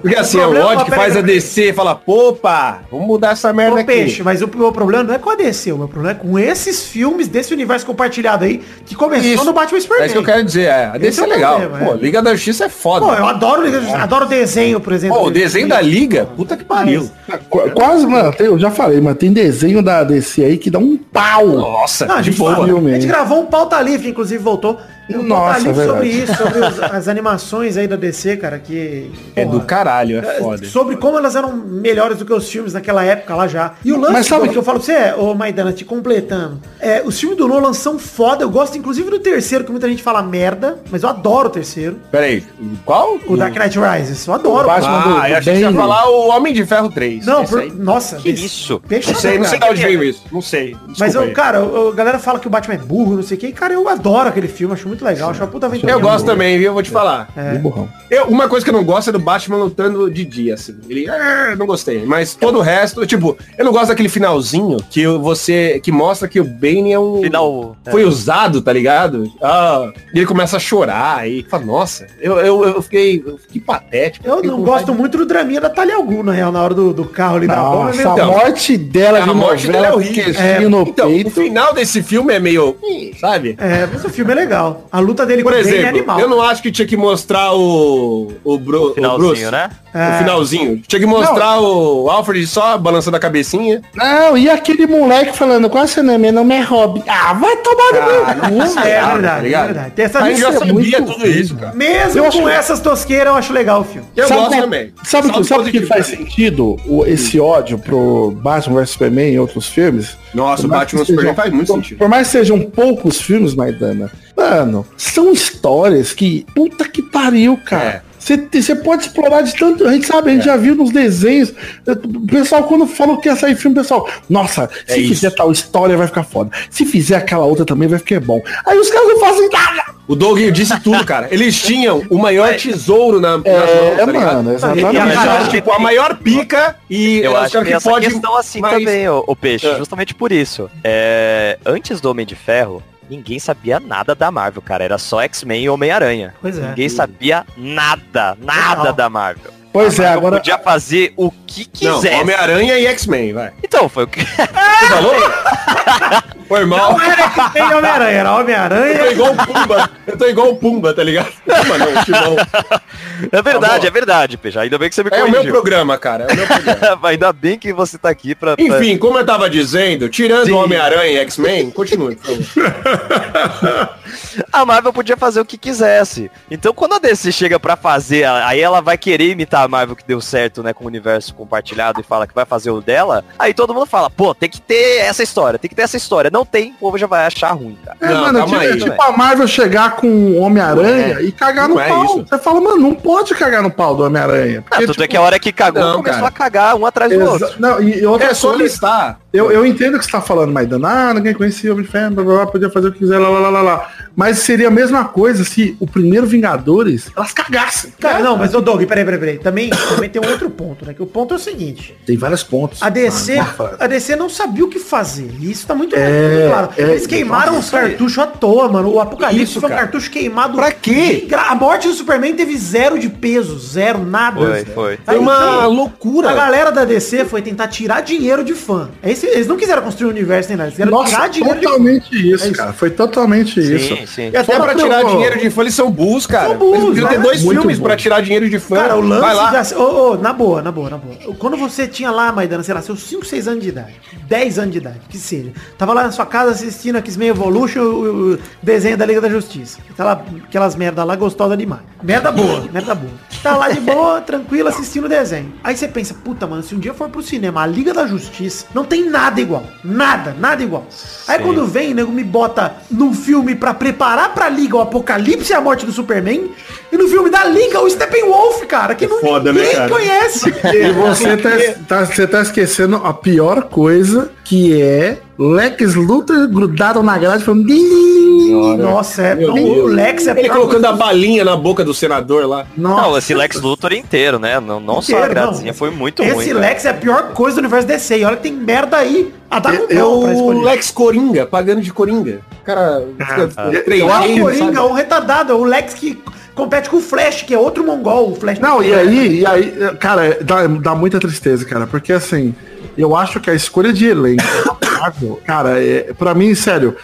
Porque
o
assim, é
problema-
um ódio que
peraí,
faz a
peraí.
DC falar, pô, pá, vamos mudar essa merda
Ô,
aqui.
Peixe, mas o meu problema não é com a DC, o meu problema é com esses filmes desse universo compartilhado aí, que começou
Isso.
no Batman e Superman.
É isso que eu quero dizer, é. A
Esse
DC
é
é
o
legal.
problema,
Pô,
é.
Liga da Justiça é foda.
Pô, eu adoro, adoro desenho, por exemplo.
Pô, o desenho da Liga, puta que pariu.
Ah, Qu- Quase, mano, tem- eu já falei, mano, tem desenho da DC aí que dá um pau.
Nossa,
Não, Ah, a
Ah, de
gente
boa.
falou,
Filme,
a gente
hein?
gravou um pauta livre, inclusive voltou. Um
Nossa,
pauta livre
é verdade.
sobre isso, sobre os- as animações aí da DC, cara, que.
É
porra,
do caralho, é foda.
Sobre como elas eram melhores do que os filmes naquela época lá já. E o lance
Mas sabe
que eu falo pra você é, ô Maidana, te completando. É, os filmes do Nolan são foda. Eu gosto inclusive do terceiro, que muita gente fala merda, mas eu adoro o terceiro.
Pera aí, qual?
O Dark Knight Rises. Eu adoro.
O
cara.
Batman do-
Ah,
do
eu achei que ia
Bane.
falar o Homem de Ferro 3.
Não,
Esse
por-
aí.
nossa.
Que
des-
isso?
Deixa
Não sei, não sei de onde veio isso. Não sei. é um
Mas,
desculpa
eu,
aí.
cara, eu- a galera fala que o Batman é burro, não sei o que. E, cara, eu adoro aquele filme, acho muito legal. Acho uma puta aventura.
Eu gosto também, viu? Vou te falar.
De burrão.
Eu- uma coisa que eu não gosto é do Batman lutando de dia, assim. Ele, "Ah, não gostei. Mas todo o resto, tipo, eu não gosto daquele finalzinho que você, que mostra que o Bane é um...
Final. é.
Foi usado, tá ligado? Ah, e ele começa a chorar e fala, nossa, eu, eu, eu fiquei, eu fiquei patético.
Eu
fiquei
não
com
gosto muito do draminha da Talia Algu, na real, na hora do, do carro ali da bomba. é
Nossa,
meio-
a
então.
morte dela
A
de
morte dela é
novela,
horrível.
queixinho no
Então, o
peito.
final desse filme é meio, "Ih", sabe?
É, mas o filme é legal. A luta dele
Por
o Bane é
exemplo,
animal.
eu não acho que tinha que mostrar o o, Bru, o
Finalzinho,
Bruce,
né?
É.
O finalzinho. Tinha que mostrar o Alfred só balançando a cabecinha.
Não, e aquele moleque falando, qual é seu nome? Meu nome é Rob. Ah, vai tomar no meu cu,
É, é
velho.
verdade,
tá
é
ligado?
verdade. Tem essa
A gente
missão.
já
é
sabia
muito
tudo isso, cara.
Mesmo
Eu acho
com
que-
essas tosqueiras, eu acho legal o filme.
Eu
sabe
gosto
qual- é-
também.
Sabe o que,
Saldo
sabe o que
positivo
faz
pra mim.
sentido o- esse ódio pro Batman vs Superman e outros filmes?
Nossa, o
Por mais que
Batman
seja-
Superman faz muito
por-
sentido.
Por mais que sejam poucos filmes, Maidana, mano, são histórias que. Puta que pariu,
É.
cara. Você te- você pode explorar de tanto. A gente sabe, a gente já viu nos desenhos. é, O pessoal, quando falou que ia sair filme, o pessoal, nossa,
É
se
isso.
fizer tal história vai ficar foda. Se fizer aquela outra também vai ficar bom. Aí os caras não fazem nada.
O Doug disse tudo, cara. Eles tinham o maior tesouro na, nas
É,
mãos, tá ligado?
mano,
E
Eles
a
exatamente.
cara-
acharam, tipo, a maior pica e
Eu
eles
acho
acharam
que essa questão assim
mas-
também, o, Peixe,
É.
justamente por isso. É, antes do Homem de Ferro, ninguém sabia nada da Marvel, cara. Era só X-Men e Homem-Aranha.
Pois é.
Ninguém sabia nada, nada
Total.
da Marvel.
Ah,
Pois é,
Marvel
agora.
Podia fazer o que
Não,
quisesse.
Homem-Aranha e X-Men, vai.
então, foi o que...
Você falou? Ô, irmão.
Não era que tem Homem-Aranha, era
Eu tô
Homem-Aranha.
igual o Pumba. Eu tô igual o Pumba, tá ligado? Pumba não, Timão.
É verdade,
Tá bom.
é verdade, Peixe. Ainda bem que você me
É o meu
corrigiu.
programa, cara. É o meu programa.
Ainda bem que você tá aqui pra... pra-
Enfim, como eu tava dizendo, tirando
Sim.
o Homem-Aranha e X-Men, continue. por favor.
a Marvel podia fazer o que quisesse. Então quando a DC chega pra fazer, aí ela vai querer imitar a Marvel que deu certo, né, com o universo compartilhado e fala que vai fazer o dela, aí todo mundo fala, pô, tem que ter essa história, tem que ter essa história. Não tem, o povo já vai achar ruim, cara.
É,
Não,
mano, é
calma
tipo,
aí,
é tipo
velho.
a Marvel chegar com o Homem-Aranha
Não
e cagar
Não
no
é
pau.
isso.
Você fala, mano, não pode cagar no pau do Homem-Aranha.
Ah,
porque,
tudo
tipo,
é que a hora que cagou
não,
começou
cara.
a cagar um atrás do
exa-
outro.
Não, e, e outra
É só
coisa,
listar.
eu, eu entendo o que você tá falando, Maidana. Ah, ninguém conhecia o Homem de Ferro, blá, blá, blá, podia fazer o que quiser, lá, lá, lá, lá, lá. Mas seria a mesma coisa se o primeiro Vingadores, elas cagassem.
Cara, não, mas ô Doug, peraí, peraí, peraí. Também, também tem um outro ponto, né? Que o ponto é o seguinte.
Tem vários pontos.
A DC,
Mano, vamos falar.
a DC não sabia o que fazer. E isso tá muito
É,
claro.
é,
Eles queimaram os cartuchos à toa, mano. O Apocalipse
Isso,
foi um
cara.
cartucho queimado.
Pra quê?
De gra- A morte do Superman teve zero de peso, zero, nada.
Foi, foi.
Aí,
Foi uma
então,
loucura.
A galera da DC foi tentar tirar dinheiro de fã. É isso esse- eles não quiseram construir um universo nem nada. Eles quiseram tirar
Nossa,
dinheiro de
totalmente isso,
É isso.
cara. Foi totalmente
Sim,
isso.
sim.
E até
Fora
pra
que
tirar
eu-
dinheiro de fã, eles são burros, cara.
São burros,
eles podiam ter
né?
dois
Muito
filmes
burro.
pra tirar dinheiro de fã.
Cara, o
Vai lá.
lance da... assim, Ô, ô, na boa, na boa, na boa. Quando você tinha lá, Maidana, sei lá, seus 5, 6 anos de idade, 10 anos de idade, que seja, tava lá na sua casa assistindo a X-Men Evolution, o, o desenho da Liga da Justiça. Aquela, aquelas merda lá gostosa demais. Merda boa, merda boa. Tá lá de boa, tranquilo, assistindo o desenho. Aí você pensa, puta, mano, se um dia for pro cinema, a Liga da Justiça não tem nada igual. Nada, nada igual. Aí quando vem, nego, me bota num filme pra preparar pra Liga o Apocalipse e a Morte do Superman, e no filme da Liga o Steppenwolf, cara, que não
foda, né,
ninguém
cara?
conhece.
E você tá, tá- você tá esquecendo a pior coisa, que é Lex Luthor grudado na grade falando...
Nossa, é,
Meu
o
Deus.
Lex é
Ele
pior-
colocando a balinha na boca do senador lá.
Nossa.
Não, esse Lex Luthor inteiro, né? Não, não só a
Inteiro,
gracinha,
não.
foi muito
Esse
ruim.
né?
né? cara.
Lex é a pior coisa do universo DC. E olha que tem merda aí. A dar com
É
pau pra
o
escolher.
Lex Coringa, pagando de Coringa. O cara
Ah,
fica
Eu acho o
treinando,
Coringa
sabe?
um retardado, é o Lex que compete com o Flash, que é outro mongol, o Flash.
Não, e aí, e aí, cara, dá, dá muita tristeza, cara, porque assim, eu acho que a escolha de elenco, da Marvel, cara, é, pra mim, sério,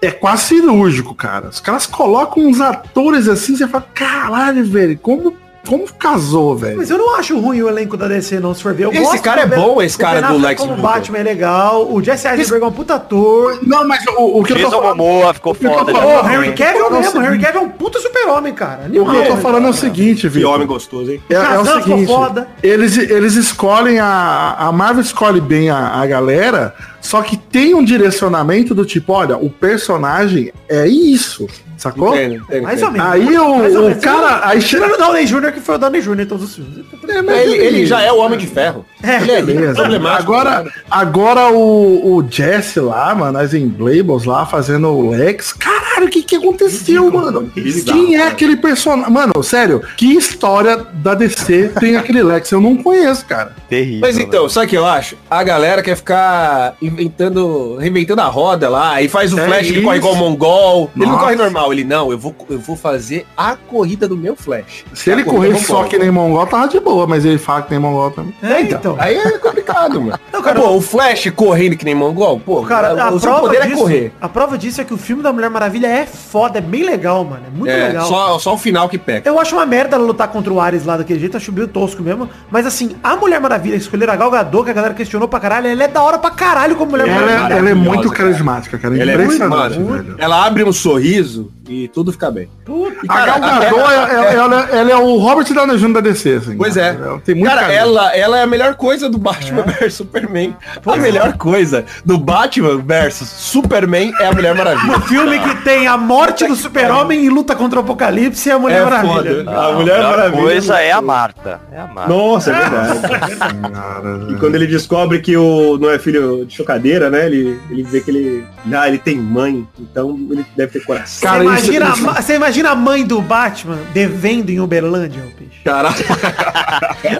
é quase cirúrgico, cara. Os caras colocam uns atores assim, você fala, caralho, velho, como, como casou, velho?
Mas eu não acho ruim o elenco da DC, não, se for ver. Eu
Esse cara é
do Ben-
bom, esse
o
cara
Ben
do
Affleck
Lex
como
Luthor.
Batman é legal, o Jesse Eisenberg é um puta ator.
Não, mas o, o que eu tô
Jason
falando...
Momoa ficou
que eu tô
foda. né?
falando-
demais,
O Henry
hein?
Cavill
Fala o
mesmo, o Henry
seguinte.
Cavill é um puta super-homem, cara.
O
Animal,
que eu tô
né?
falando é o seguinte,
Que
Vitor.
homem gostoso, hein?
É, é o
Casal ficou
seguinte,
foda.
eles, eles escolhem a. A Marvel escolhe bem a, a galera, só que tem um direcionamento do tipo, olha, o personagem é isso, sacou?
Entendo, entendo,
Mais
entendo.
ou menos.
Aí
Mais ou
o, o
menos.
cara. Aí chega.
Tirando o Downey Jr., que foi o Downey Jr. em todos os filmes.
Ele, ele já é o Homem de Ferro.
É,
ele é
Beleza.
problemático. né?
Agora, agora o, o Jesse lá, mano, as Emblables lá fazendo o Lex. Caralho, o que, que aconteceu, mano?
bizarro,
Quem é aquele personagem? Mano, sério, que história da DC tem aquele Lex? Eu não conheço, cara.
Terrível.
Mas
né?
então, sabe o que eu acho? A galera quer ficar inventando, reinventando a roda lá, e faz o
É
Flash, ele
isso.
corre igual o mongol. Ele não
Nossa.
corre normal, ele não, eu vou, eu vou fazer a corrida do meu Flash.
Se ele
A corrida
corresse
do mongol.
só que nem mongol, tava de boa, mas ele fala que nem mongol tá? também.
É, então.
Aí é complicado, mano.
Não, cara,
pô, o Flash correndo que nem mongol, pô,
Cara, a
o seu
prova,
poder
disso,
é correr.
a prova disso é que o filme da Mulher Maravilha é foda, é bem legal, mano. É muito
É,
legal.
só, só o final que peca.
Eu acho uma merda ela lutar contra o Ares lá daquele jeito, acho meio tosco mesmo. Mas assim, a Mulher Maravilha escolher a Gal Gadot, que a galera questionou pra caralho, ela é da hora pra caralho como Mulher
Ela,
Maravilha.
é- ela é muito
cara.
carismática, cara. É
Ela é
impressionante,
muito-
velho.
Ela abre um sorriso e tudo fica bem.
Puta,
A Gal Gadot, ela, ela- ela é o Robert Downey Jr. da DC, assim.
Pois
cara.
é.
Ela tem muito
cara,
carisma.
ela, ela é a melhor coisa do Batman vs Superman. A melhor coisa do Batman versus Superman é a Mulher Maravilha.
filme que tem a morte do super-homem e luta contra o apocalipse e a Mulher
É
Maravilha.
foda.
Ah,
A Mulher
melhor
Maravilha.
coisa é a Marta. É a Marta.
Nossa, é verdade.
Cara,
E quando ele descobre que o não é filho de chocadeira, né? Ele, ele vê que ele. Ah, ele tem mãe. Então ele deve ter coração.
Cara,
Você imagina,
isso-
a ma- você imagina a mãe do Batman devendo em Uberlândia, ô peixe?
Caralho.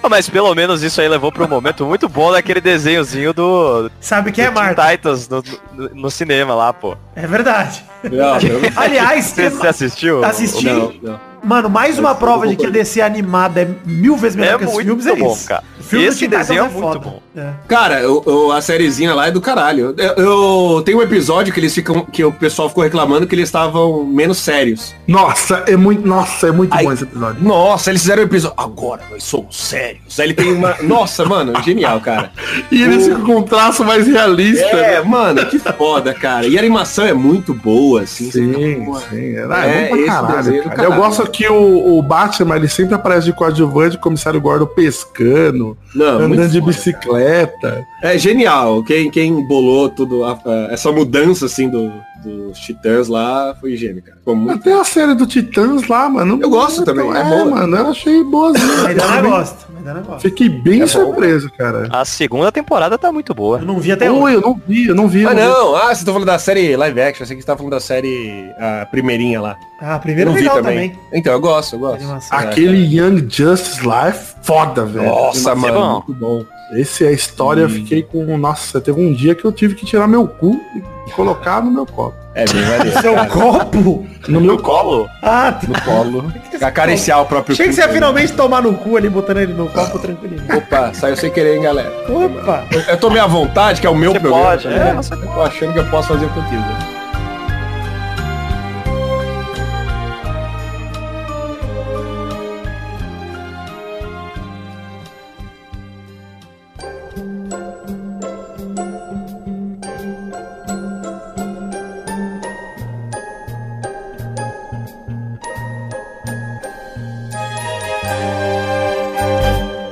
Ah, Mas pelo menos isso aí levou pra um momento muito bom daquele desenhozinho do, do
Sabe quem é
Teen
Marta?
Titans no, no- no cinema lá, pô.
É verdade.
Não, não-
Aliás,
Você, você assistiu?
Assisti.
não, não.
Mano, mais uma prova de que a
concordo.
DC animada é mil vezes melhor
É
que os
muito
filmes,
bom,
isso.
cara.
O filme do
Esse
Teen Titans
desenho é
foda.
muito bom.
É.
Cara, eu- eu- a sériezinha lá é do caralho. Eu, eu- tem um episódio que eles ficam. que o pessoal ficou reclamando que eles estavam menos sérios.
Nossa, é muito, nossa, é muito
Ai.
bom esse episódio.
Nossa, eles fizeram um episódio. Agora nós somos sérios. Aí ele tem uma. Nossa, mano, genial, cara.
E ele fica com um traço mais realista. né?
É, mano, que foda, cara. E a animação é muito boa, assim. você fica,
Sim,
"Pô,
sim. É,
É,
é bom
esse
pra caralho,
desenho do
cara.
caralho.
Eu gosto que o, o Batman, ele sempre aparece de coadjuvante, o comissário Gordon pescando,
Não, Ah, muito
andando de
foda,
bicicleta.
É genial. Quem, quem bolou tudo, a- a- essa mudança assim do, dos titãs lá foi gênio, cara. Ficou muito.
Até a série do Titãs lá, mano.
Eu gosto também,
É,
é boa.
mano, eu achei boazinha.
Ainda não gosto. Ainda não gosto.
Fiquei bem surpreso, cara.
A segunda temporada tá muito boa.
Eu não vi até hoje.
Oi, eu não vi, eu não vi.
Ah
eu vi.
não, ah, você tá falando da série live action, achei que você tá falando da série a primeirinha lá.
Ah, a
Eu
primeira
não
é
vi
legal
também.
também.
Então, eu gosto, eu gosto.
Animação.
Aquele Young Justice lá é foda, velho.
Nossa, Hum.
Mas é
mano,
bom.
muito bom.
Esse é a história, eu fiquei com. Nossa, teve um dia que eu tive que tirar meu cu e colocar no meu copo.
É bem maneiro.
Seu copo?
No meu colo?
Ah, tá.
No colo. Acariciar o próprio
Achei que você ia
pinto, né?
finalmente tomar no cu ali, botando ele no copo tranquilinho.
Opa, saiu sem querer, hein, galera.
Opa!
Eu, eu tomei à vontade, que é o meu
Você
programa.
pode,
né?
é.
Eu tô achando que eu posso fazer o que eu quiser.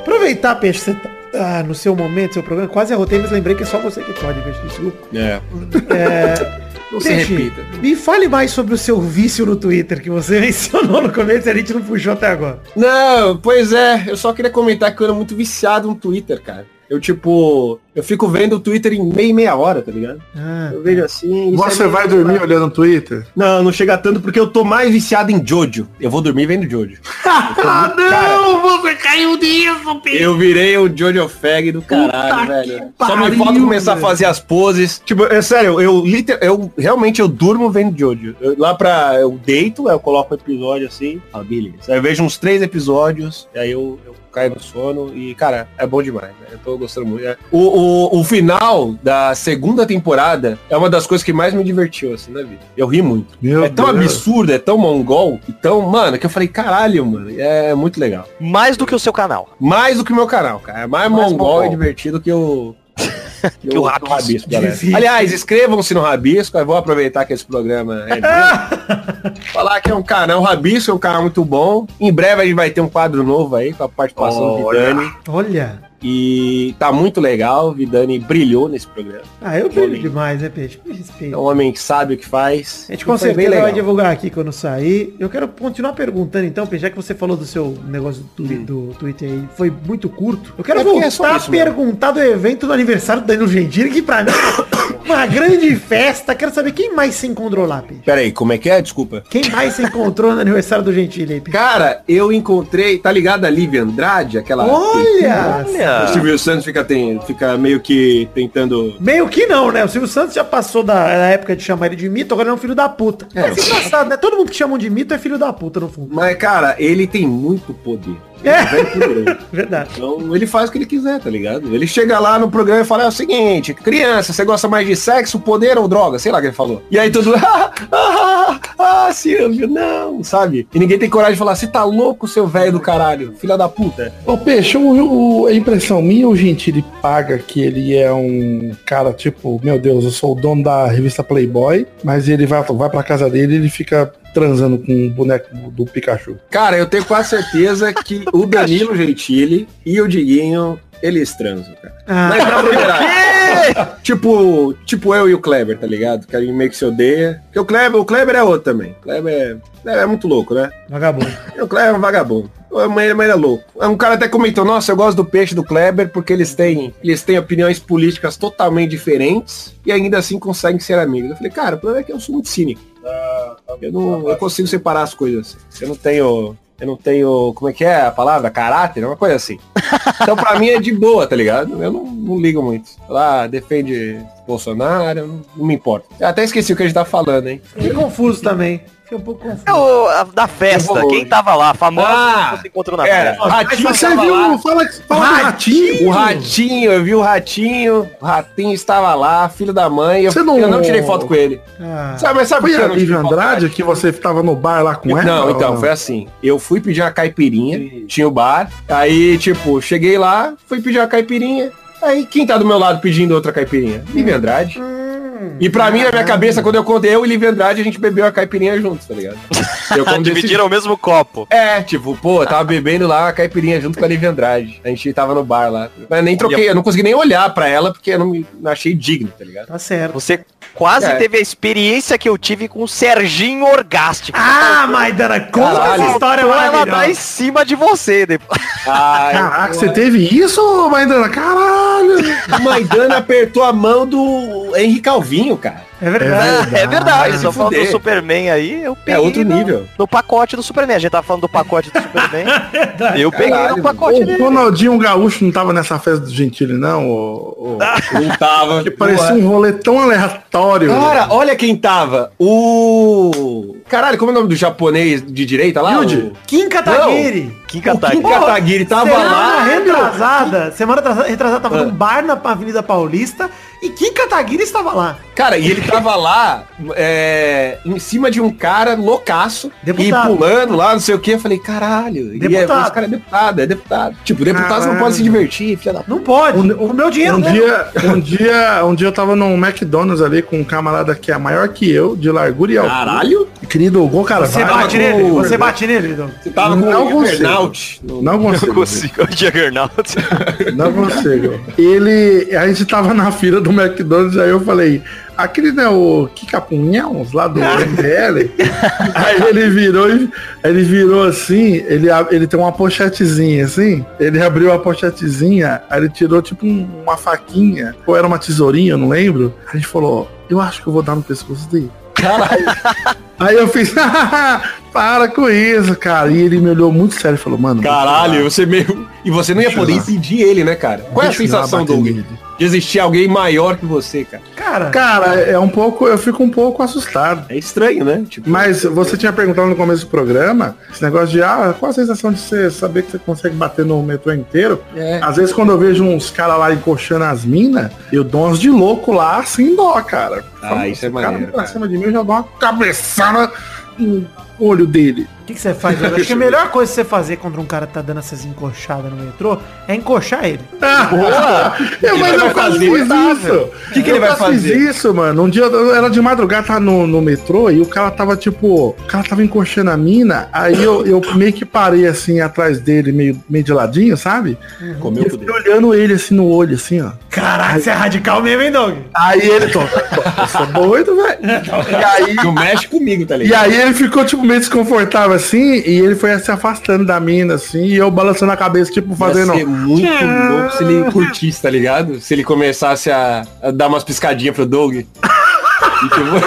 Aproveitar, Peixe, você tá ah, no seu momento, seu programa. Quase errotei, mas lembrei que é só você que pode, Peixe. Desculpa.
É.
É.
Não se
Peixe,
repita.
Me fale mais sobre o seu vício no Twitter, que você mencionou no começo e a gente não puxou até agora.
Não, pois é, eu só queria comentar que eu era muito viciado no Twitter, cara. Eu, tipo, eu fico vendo o Twitter em meia e meia hora, tá ligado?
Ah,
Eu vejo assim... isso é
Você
meio-
vai dormir olhando o Twitter?
Não, não chega tanto porque eu tô mais viciado em Jojo.
Eu vou dormir vendo Jojo.
Ah, não!
Eu virei o Jojo Fag do caralho, velho. Só me
pariu,
falta começar a
velho.
fazer as poses. Tipo, é sério, eu, liter, eu realmente eu durmo vendo Jojo. Eu- lá pra. Eu deito, aí eu coloco um episódio assim. Ah, beleza. Aí eu vejo uns três episódios, aí eu. eu caio no sono e, cara, é bom demais. né? Eu tô gostando muito. é. O, o, o final da segunda temporada é uma das coisas que mais me divertiu, assim, na vida. Eu ri muito.
Meu
é tão absurdo, é tão mongol, e tão, mano, que eu falei, caralho, mano, é muito legal.
Mais do que o seu canal.
Mais do que o meu canal, cara. É mais,
Mais
mongol e
mongol.
divertido que o. Que,
o Rabisco.
galera.
Difícil.
Aliás, inscrevam-se no Rabisco. Eu vou aproveitar que esse programa é
Ah,
meu. Falar que é um canal, o Rabisco é um canal muito bom. Em breve a gente vai ter um quadro novo aí com a participação do
Olha.
Vidani.
olha.
E tá muito legal. O Vidani brilhou nesse programa.
Ah, eu brilho
Homem.
demais, né, Peixe? Me respeita.
É um homem que sabe o que faz.
A gente
E
com
foi bem
certeza vai
legal.
divulgar aqui quando sair. Eu quero continuar perguntando então, Pedro, já que você falou do seu negócio do, Twi- do Twitter aí, foi muito curto. Eu quero
Hum. É porque
voltar
é só
a
isso mesmo.
perguntar do evento do aniversário do Danilo Gentili, que pra mim é uma grande festa. Quero saber quem mais se encontrou lá, Pedro.
Pera aí, como é que é? Desculpa.
Quem mais se encontrou no aniversário do Gentili aí, Pedro?
Cara, eu encontrei. Tá ligado a Lívia Andrade? Aquela.
Olha!
O
É.
Olha.
Silvio Santos fica, tem, fica meio que tentando.
Meio que não, né? O Silvio Santos já passou da, da época de chamar ele de mito, agora ele é um filho da puta.
É.
Mas é engraçado, né? Todo mundo que chamam de mito é filho da puta, no fundo.
Mas, cara, ele tem muito poder. Ele
É.
é velho poderoso.
Verdade.
Então ele faz o que ele quiser, tá ligado? Ele chega lá no programa e fala é o seguinte, criança, você gosta mais de sexo, poder ou droga? Sei lá o que ele falou. E aí todo mundo, ah, ah, ah, Silvio, não, sabe? E ninguém tem coragem de falar, você tá louco, seu velho do caralho, filha da puta.
Ô, Peixe, o- o- a impressão minha, o Gentili paga que ele é um cara tipo, meu Deus, eu sou o dono da revista Playboy, mas ele vai, vai pra casa dele e ele fica transando com o boneco do Pikachu.
Cara, eu tenho quase certeza que o Danilo Gentili e o Diguinho, eles transam, cara.
Ah,
Mas na primeira. tipo, tipo eu e o Kleber, tá ligado? Que a gente meio que se odeia. Porque o Kleber, o Kleber é outro também. O Kleber é, o Kleber é muito louco, né?
vagabundo.
O Kleber é um vagabundo. A mãe, a mãe é louco. Um cara até comentou, nossa, eu gosto do peixe do Kleber porque eles têm, eles têm opiniões políticas totalmente diferentes e ainda assim conseguem ser amigos. Eu falei, cara, o problema é que eu sou muito cínico. Eu não eu consigo separar as coisas. Eu não tenho. Eu não tenho. Como é que é a palavra? Caráter? Uma coisa assim. Então pra mim é de boa, tá ligado? Eu não, não ligo muito. Lá, defende Bolsonaro, eu não, não me importa. Eu até esqueci o que a gente tá falando, hein?
Fiquei confuso também. Fiquei um pouco confuso.
É o- a- da festa.
Eu vou-
Quem tava lá? Famoso
Ah,
que você encontrou na
é.
era.
festa.
Ratinho
Mas você
tava
viu,
lá.
fala, fala do ratinho.
O ratinho, eu vi o ratinho, o ratinho estava lá, filho da mãe, eu,
Você não-
eu não tirei foto com ele.
Ah,
Sabe, mas sabe
Foi
por que
a
eu não tirei
Lívia
foto com
Andrade
ele?
que você tava no bar lá com ela?
Não, então,
Ou
foi assim. Eu fui pedir uma caipirinha, tinha o bar, aí, tipo, cheguei lá, fui pedir uma caipirinha, aí quem tá do meu lado pedindo outra caipirinha? Lívia Andrade.
Hum.
E pra mim, na minha cabeça, quando eu contei eu e Lívia Andrade, a gente bebeu a caipirinha juntos, tá ligado? Eu
Então,
como desse
Dividiram o mesmo copo.
é, tipo, pô, eu tava bebendo lá a caipirinha junto com a Lívia Andrade. A gente tava no bar lá. Mas nem troquei, eu não consegui nem olhar pra ela porque eu não me não achei digno, tá ligado?
tá certo.
Você quase
É.
teve a experiência que eu tive com o Serginho Orgástico.
Ah, Maidana, conta
Caralho.
essa história é
ela tá em
maravilhosa.
cima de você né? depois.
Ah,
Caraca, você teve isso, Maidana? Caralho!
o Maidana apertou a mão do Henrique Calvinho, cara.
É verdade.
É verdade,
vai
só
se
falando do
fuder.
Superman aí, eu peguei.
É outro
no-
nível.
No pacote do Superman. A gente tava falando do pacote do Superman. eu peguei
Caralho,
no pacote
O
dele.
Ronaldinho Gaúcho não tava nessa festa do Gentili, não? O,
Não tava.
Ah, Que parecia um rolê tão aleatório.
é. Cara, olha quem tava. O. Caralho, como é o nome do japonês de direita lá?
Yuji.
O-
Kim Kataguiri.
Kim
O Kim
Kataguiri.
Kataguiri tava
semana
lá.
retrasada, semana atrasa- retrasada, tava
Ah.
num bar na Avenida Paulista e Kim Kataguiri estava lá.
Cara, e ele tava lá é, em cima de um cara loucaço
Deputado.
e pulando lá, não sei o que. Eu falei, caralho, e é,
Deputado.
esse cara é deputado, é deputado. Tipo, deputados não
Caralho.
podem se divertir, filha da puta.
Não pode. o meu dinheiro
Um
né?
dia, um dia, um dia eu tava num McDonald's ali com um camarada que é maior que eu, de largura e altura.
Caralho?
Querido Hugo
Ah. Você
Carvalho.
bate
vai,
nele,
vai,
você bate nele, Dom.
Você tava
Não
com o
consigo.
burnout.
Não consigo.
Eu consigo. assim, O Juggernaut.
Não consigo. um Ele. A gente tava na fila do McDonald's, aí eu falei, aquele não é o Kika Punhãos lá do MBL? aí ele virou e- ele virou assim, ele, a- ele tem uma pochetezinha assim, ele abriu a pochetezinha, aí ele tirou tipo um- uma faquinha, ou era uma tesourinha, eu não lembro. Aí a gente falou, eu acho que eu vou dar no pescoço dele. Aí eu fiz, para com isso, cara. E ele me olhou muito sério e falou, mano.
Caralho, você meio. E você não ia
Deixa eu
poder
lá.
impedir ele, né, cara? Qual é a
deixa eu ir lá
sensação,
bater
Doug?
nele.
De existir alguém maior que você, cara.
Cara,
Cara, é um pouco, eu fico um pouco assustado.
É estranho, né? Tipo,
Mas você tinha perguntado no começo do programa, esse negócio de ah, qual a sensação de você saber que você consegue bater no metrô inteiro?
É.
Às vezes quando eu vejo uns caras lá encoxando as minas, eu dou uns de louco lá sem dó, cara.
Ah,
Falo,
isso é
"Esse cara
maneiro,
vem pra
cara."
cima de mim, eu já dou uma cabeçada no olho dele.
o que, que você faz? Eu acho que a melhor coisa que você fazer contra um cara que tá dando essas encoxadas no metrô é encoxar ele.
Eu, mas
ele
eu
vai
quase
fazer?
fiz isso.
O que que ele
Eu
vai
quase fiz
fazer?
isso, mano. Um dia eu era de madrugada tava no, no metrô e o cara tava tipo. O cara tava encoxando a mina. Aí eu, eu meio que parei assim atrás dele, meio, meio de ladinho, sabe?
Comeu
E eu
tudo.
fiquei olhando ele assim no olho, assim, ó.
Caraca, você é radical mesmo, hein, Doug?
Aí ele tô, eu sou doido, velho. E aí,
Não mexe comigo, tá
e
ligado?
aí ele ficou tipo meio desconfortável assim, e ele foi se afastando da mina, assim, e eu balançando a cabeça, tipo, fazendo.
Ia ser muito louco se ele curtisse, tá ligado? Se ele começasse a, a dar umas piscadinhas pro Doug. E tipo,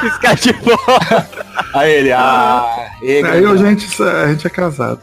Piscar de volta.
aí ele, ah, e,
Aí eu, gente, isso- a gente é casado.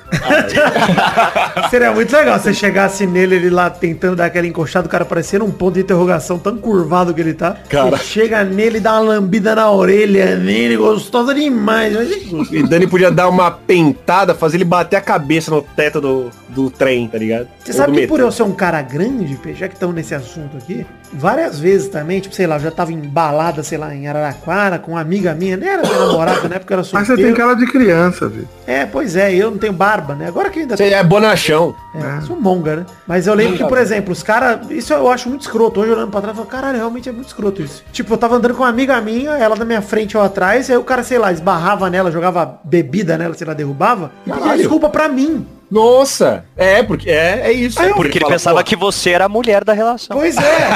Seria muito legal se você chegasse nele, ele lá tentando dar aquela encoxada, o cara parecendo um ponto de interrogação tão curvado que ele tá.
Cara.
Você chega nele, dá uma lambida na orelha nele, gostosa demais. Mas...
e Dani podia dar uma pentada, fazer ele bater a cabeça no teto do, do trem, tá ligado?
Você
Ou
sabe
do
que
metrô.
por eu ser um cara grande, Pê, já que estamos nesse assunto aqui, várias vezes também, tipo, sei lá, eu já tava embalada, sei lá, em Araraquara, com uma amiga minha, nem era minha namorada, né? Porque eu era
Mas você
solteiro.
tem cara de criança, velho.
É, pois é, eu não tenho barba, né? Agora que ainda
Você é bonachão.
É, sou monga, né? Mas eu lembro que, por exemplo, os caras. Isso eu acho muito escroto. Hoje olhando pra trás, eu falo, caralho, realmente é muito escroto isso. Tipo, eu tava andando com uma amiga minha, ela na minha frente ou atrás, aí o cara, sei lá, esbarrava nela, jogava bebida nela, sei lá, derrubava. E pedia
Caralho.
desculpa pra mim.
Nossa! É, porque é, é isso.
Aí
é
eu-
Porque ele
fala,
pensava
pô,
que você era a mulher da relação.
Pois é.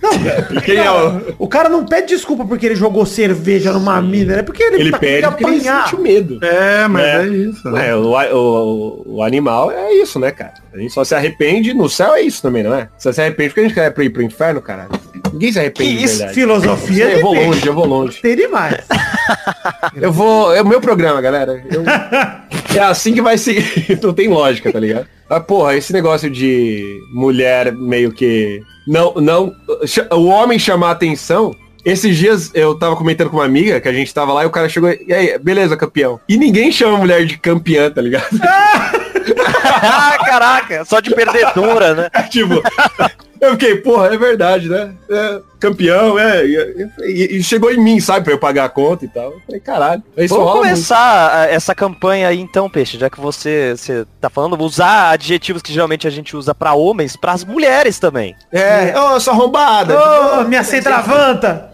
Não,
Quem é o...
o cara não pede desculpa porque ele jogou cerveja numa mina, né? Porque ele,
Ele
tá com
pede
medo
porque ele sente o
um-
medo.
É, mas
É.
é, isso. né?
É, o, a- o, o animal é isso, né, cara? A gente só se arrepende, no céu é isso também, não é? Só se arrepende porque a gente quer ir pro inferno, caralho. Ninguém se arrepende,
Que
de
isso,
verdade.
Filosofia
Eu
de
vou
peixe.
longe, eu vou longe.
Tem demais.
Eu vou. É o meu programa, galera. Eu- é assim que vai seguir. Não tem lógica, tá ligado? Ah, porra, esse negócio de mulher meio que. Não, não. cha- O homem chamar atenção. Esses dias eu tava comentando com uma amiga que a gente tava lá e o cara chegou. E aí, beleza, campeão. E ninguém chama a mulher de campeã, tá ligado?
ah, caraca. Só de perdedora, né?
tipo. Eu fiquei, porra, é verdade, né? É, campeão, é. E, e- e chegou em mim, sabe, pra eu pagar a conta e tal. Eu falei, caralho. Isso
Vamos
rola muito.
começar a- essa campanha aí então, Peixe, já que você, você tá falando, usar adjetivos que geralmente a gente usa pra homens, pras mulheres também.
É, ô, sua arrombada.
Ô, minha centravanta!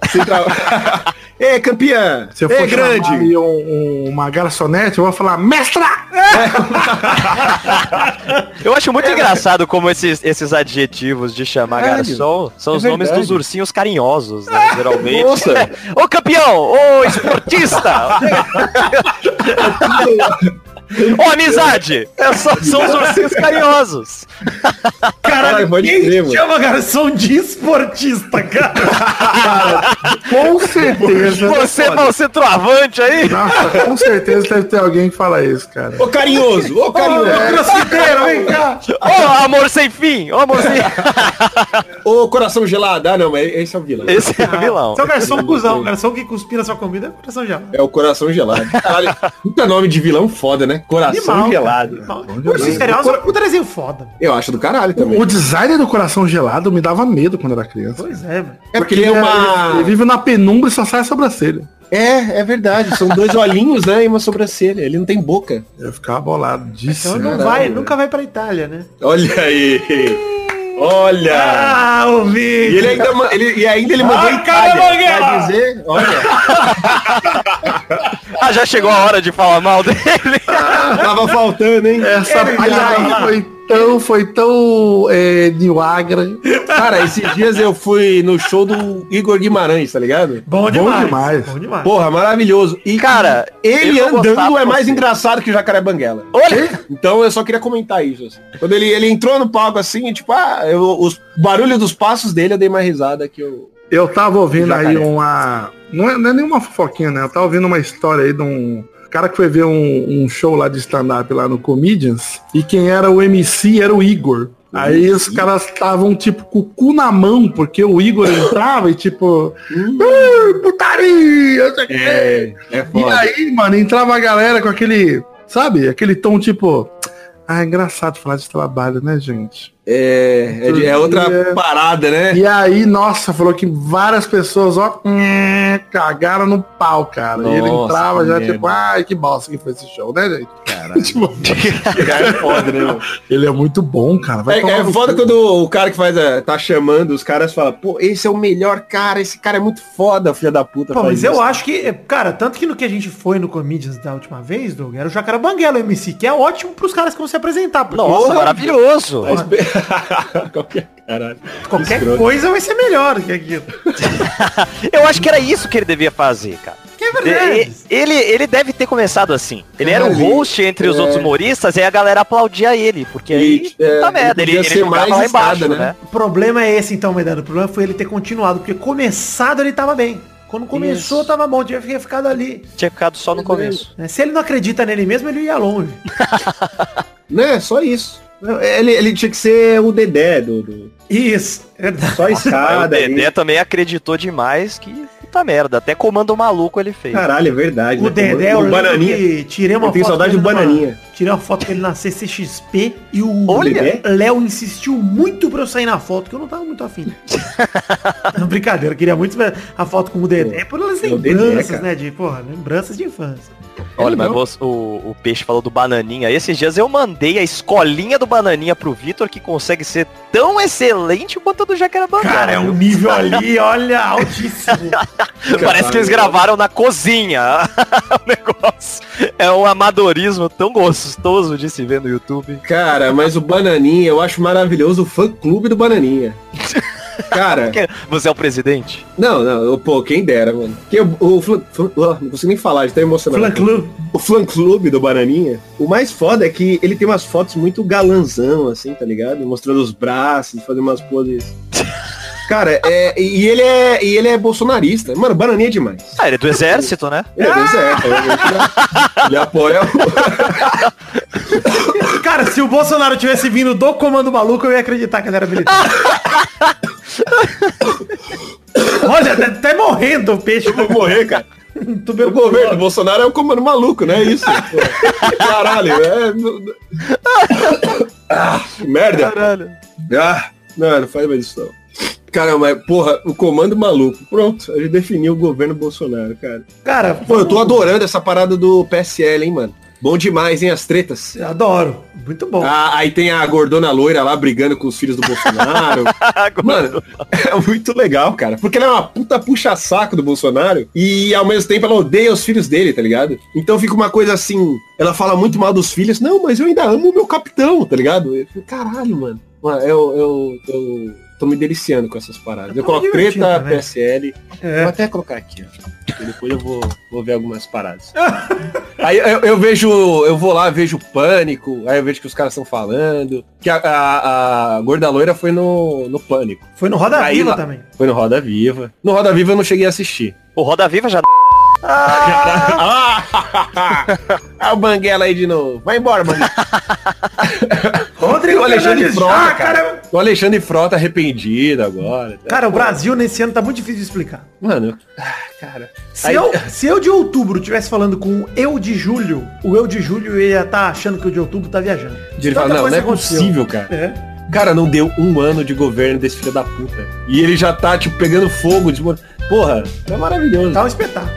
é campeã.
Se eu
é
for grande.
grande.
chamar ali um- um- uma garçonete, eu vou falar, mestra!
Eu acho
É,
muito engraçado como esses, esses adjetivos de chamar
Caralho,
garçom são
é
os nomes
verdade.
dos ursinhos carinhosos, né, geralmente.
Nossa.
ô campeão! Ô esportista! Ô, amizade! É só, são os ursinhos carinhosos.
Caralho,
pode
quem
crer, mano.
chama, cara? Sou um desportista, cara.
Com certeza.
Você é o centroavante aí?
Nossa, com certeza deve ter alguém que fala isso, cara.
Ô carinhoso, ô carinhoso,
né? Grossideiro, vem cá.
Ô, amor sem fim! Ô, amor sem
ô coração gelado. Ah, não, mas esse é o vilão.
Esse é o vilão.
Seu garçom cuzão, garçom que cuspira sua comida é coração já.
É o coração gelado. Caralho, puta nome de vilão foda, né? Coração
Animal,
gelado.
Mal- Ursinhos Carinhosos é um puta desenho foda.
Eu acho do caralho também.
O design do coração gelado me dava medo quando era criança.
Pois é, mano.
É porque ele é
Ele
uma.
vive na penumbra e só sai a sobrancelha.
É, é verdade. São dois olhinhos, né? E uma sobrancelha. Ele não tem boca.
Eu ficava bolado disso.
Então não
Caralho,
vai,
velho.
nunca vai pra Itália, né?
Olha aí. Olha.
Ah, o
E
vídeo.
ele ainda, ma- ele, e ainda ele mandou
Ah,
Itália,
cara, Manguela!
pra dizer, olha,
Ah, já chegou a hora de falar mal dele.
tava faltando, hein?
Essa palhaçada foi tão, foi tão é, Niagra.
Cara, esses dias eu fui no show do Igor Guimarães, tá ligado?
Bom
Bom
demais.
demais.
Bom demais.
Porra, maravilhoso. E
Cara,
ele
eu vou gostar
andando
pra
é mais
você.
engraçado que o Jacaré Banguela.
Olha!
Então eu só queria comentar isso. assim. Quando ele, ele entrou no palco assim, tipo, ah, eu, os barulho dos passos dele, eu dei uma risada que eu.
Eu tava ouvindo aí
Jacaré.
uma. Não é, não é nenhuma fofoquinha, né? Eu tava ouvindo uma história aí de um cara que foi ver um, um show lá de stand-up lá no Comedians. E quem era o MC era o Igor. Aí os caras estavam, tipo, com o cu na mão, porque o Igor entrava e, tipo, "Ah, putaria, não sei o quê."
Hum. é
E aí, mano, entrava a galera com aquele, sabe, aquele tom, tipo, ah, é engraçado falar de trabalho, né, gente?
É, é, de- é outra parada, né?
E aí, nossa, falou que várias pessoas, ó, hum, cagaram no pau, cara. e ele
Nossa,
entrava
que
já,
merda.
tipo, ai, que bosta que foi esse show, né, gente? Tipo,
É foda, né? meu?
ele é muito bom, cara. Vai
É,
tomar
é
no
foda
cu.
quando o cara que faz a, tá chamando, os caras falam, pô, esse é o melhor cara, esse cara é muito foda, filha da puta.
Pô,
faz
mas
isso.
eu acho que, é, cara, tanto que no que a gente foi no Comedians da última vez, Doug, era o Jacaré Banguela o MC, que é ótimo pros caras que vão se apresentar. porque
Nossa, maravilhoso!
Mas pe- Qualquer- Caralho.
qualquer
escroto.
coisa vai ser melhor que aquilo.
Eu acho que era isso que ele devia fazer, cara.
Que é
Ele,
verdade.
ele, ele deve ter começado assim. Né? Ele era o
Caralho.
host entre os outros humoristas e a galera aplaudia ele, porque aí
Ele, é,
puta merda, ele,
ele podia
ele
ser
jogava
mais
lá embaixo,
escada,
né?
né?
O problema é esse, então, Medano. O problema foi ele ter continuado, porque começado ele tava bem. Quando começou, tava bom, devia ter ficado ali.
Tinha ficado só no começo.
né? Se ele não acredita nele mesmo, ele ia longe.
Né, só isso.
Ele, ele tinha que ser o Dedé, do, do-
Isso, é verdade.
só a
Aí o
escada. ali.
Dedé também acreditou demais que puta merda, até comando maluco ele fez.
Caralho, é verdade.
O
né?
Dedé, eu
o
lembro
Bananinha.
que tirei uma
Eu tenho saudade
dele
do
numa-
Bananinha.
Tirei uma foto dele na CCXP e o
Olha!
Léo insistiu muito pra eu sair na foto, que eu não tava muito afim. Não, Brincadeira, eu queria muito ver a foto com o Dedé, por elas
o Dedé,
lembranças,
cara.
né? De, porra, lembranças de infância.
Olha, mas você- o, o Peixe falou do Bananinha. Esses dias eu mandei a escolinha do Bananinha pro Vitor, que consegue ser tão excelente quanto a do Jacarabandá.
Cara, é um nível ali, olha, altíssimo.
Parece que eles gravaram na cozinha o negócio. É um amadorismo tão gostoso de se ver no YouTube.
Cara, mas o Bananinha, eu acho maravilhoso o fã-clube do Bananinha. Cara,
Que- Você é o presidente?
não, não, pô, quem dera, mano. Que o, o flan- flan- ah, não consigo nem falar, de tão emocionado.
Flan Club.
o fã clube do Bananinha, o mais foda é que ele tem umas fotos muito galanzão, assim, tá ligado? Mostrando os braços, fazendo umas poses. Cara, é, e, ele é, e ele é bolsonarista. Mano, Bananinha é demais.
Ah, ele é do exército, né?
Ele é do exército. ele- Ele apoia o...
Cara, se o Bolsonaro tivesse vindo do comando maluco, eu ia acreditar que ele era militar. Olha, tá até morrendo o peixe.
Vou morrer, cara. O
Tuberculose.
governo do Bolsonaro é o comando maluco, né? Isso. pô. Caralho. É... Ah, que merda.
Caralho.
Ah, não, não faz mais isso não. Cara, mas porra, o comando maluco. Pronto, a gente definiu o governo Bolsonaro, cara.
Cara,
Pô, eu tô adorando essa parada do PSL, hein, mano. Bom demais, hein, as tretas.
adoro. Muito bom.
Ah, aí tem a gordona loira lá brigando com os filhos do Bolsonaro. Mano, é muito legal, cara. Porque ela é uma puta puxa-saco do Bolsonaro e ao mesmo tempo ela odeia os filhos dele, tá ligado? Então fica uma coisa assim, ela fala muito mal dos filhos, não, mas eu ainda amo o meu capitão, tá ligado? Eu fico, Caralho, mano. Mano, eu, eu, eu tô me deliciando com essas paradas.
É
Eu coloco
tão divertido
treta,
também.
PSL.
É.
Vou até colocar aqui, ó. E Depois eu vou, vou ver algumas paradas. Aí eu, eu vejo, eu vou lá, vejo o pânico, aí eu vejo que os caras estão falando. Que a, a- a Gorda Loira foi no, no pânico.
Foi no Roda
tá Aí
Viva
lá.
também.
Foi no Roda Viva. No Roda Viva eu não cheguei a assistir.
O Roda Viva já.
Ah, o Banguela aí de novo. Vai embora, Banguela.
Rodrigo
o Alexandre
Fernandes.
Frota,
Ah,
cara. O Alexandre Frota arrependido agora. tá?
Cara, o Brasil nesse ano tá muito difícil de explicar.
Mano, eu- ah, cara.
Se,
Aí-
eu, se eu de outubro tivesse falando com o eu de julho, o eu de julho ia estar achando que o de outubro tá viajando.
Ele
Tanta
fala, não, não
coisa
é
aconteceu.
possível, cara.
É.
Cara, não deu um ano de governo desse filho da puta. E ele já tá, tipo, pegando fogo, desmor... Porra, é maravilhoso.
Tá um espetáculo.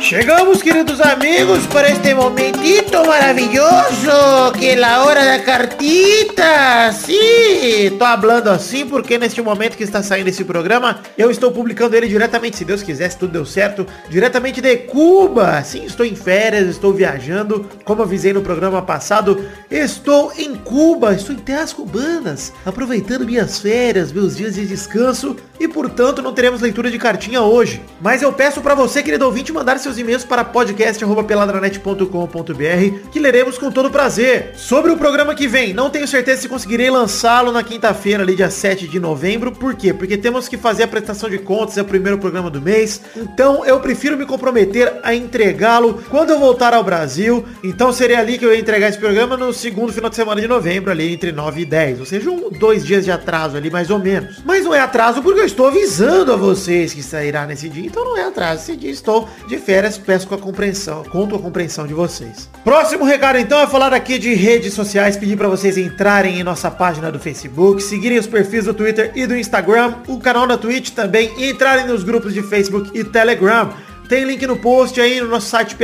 Chegamos, queridos amigos, para este momentito maravilloso, que é a hora da cartita. Sim, tô falando assim porque neste momento que está saindo esse programa, eu estou publicando ele diretamente, se Deus quiser, se tudo deu certo, diretamente de Cuba. Sim, estou em férias, estou viajando, como avisei no programa passado, estou em Cuba, estou em terras cubanas, aproveitando minhas férias, meus dias de descanso e, portanto, não teremos leitura de cartinha hoje. Mas eu peço para você, querido ouvinte, mandar seus e-mails para podcast@peladranet.com.br, que leremos com todo prazer. Sobre o programa que vem, não tenho certeza se conseguirei lançá-lo na quinta-feira, ali dia 7 de novembro. Por quê? Porque temos que fazer a prestação de contas, é o primeiro programa do mês. Então, eu prefiro me comprometer a entregá-lo quando eu voltar ao Brasil. Então, seria ali que eu ia entregar esse programa no segundo final de semana de novembro, ali entre 9 e 10. Ou seja, um, dois dias de atraso ali, mais ou menos. Mas não é atraso porque eu estou avisando a vocês que sairá nesse dia. Então, não é atraso. Esse dia estou de férias, peço com a compreensão, conto com a compreensão de vocês. Próximo recado, então, é falar aqui de redes sociais, pedir para vocês entrarem em nossa página do Facebook, seguirem os perfis do Twitter e do Instagram, o canal da Twitch também, e entrarem nos grupos de Facebook e Telegram. Tem link no post aí no nosso site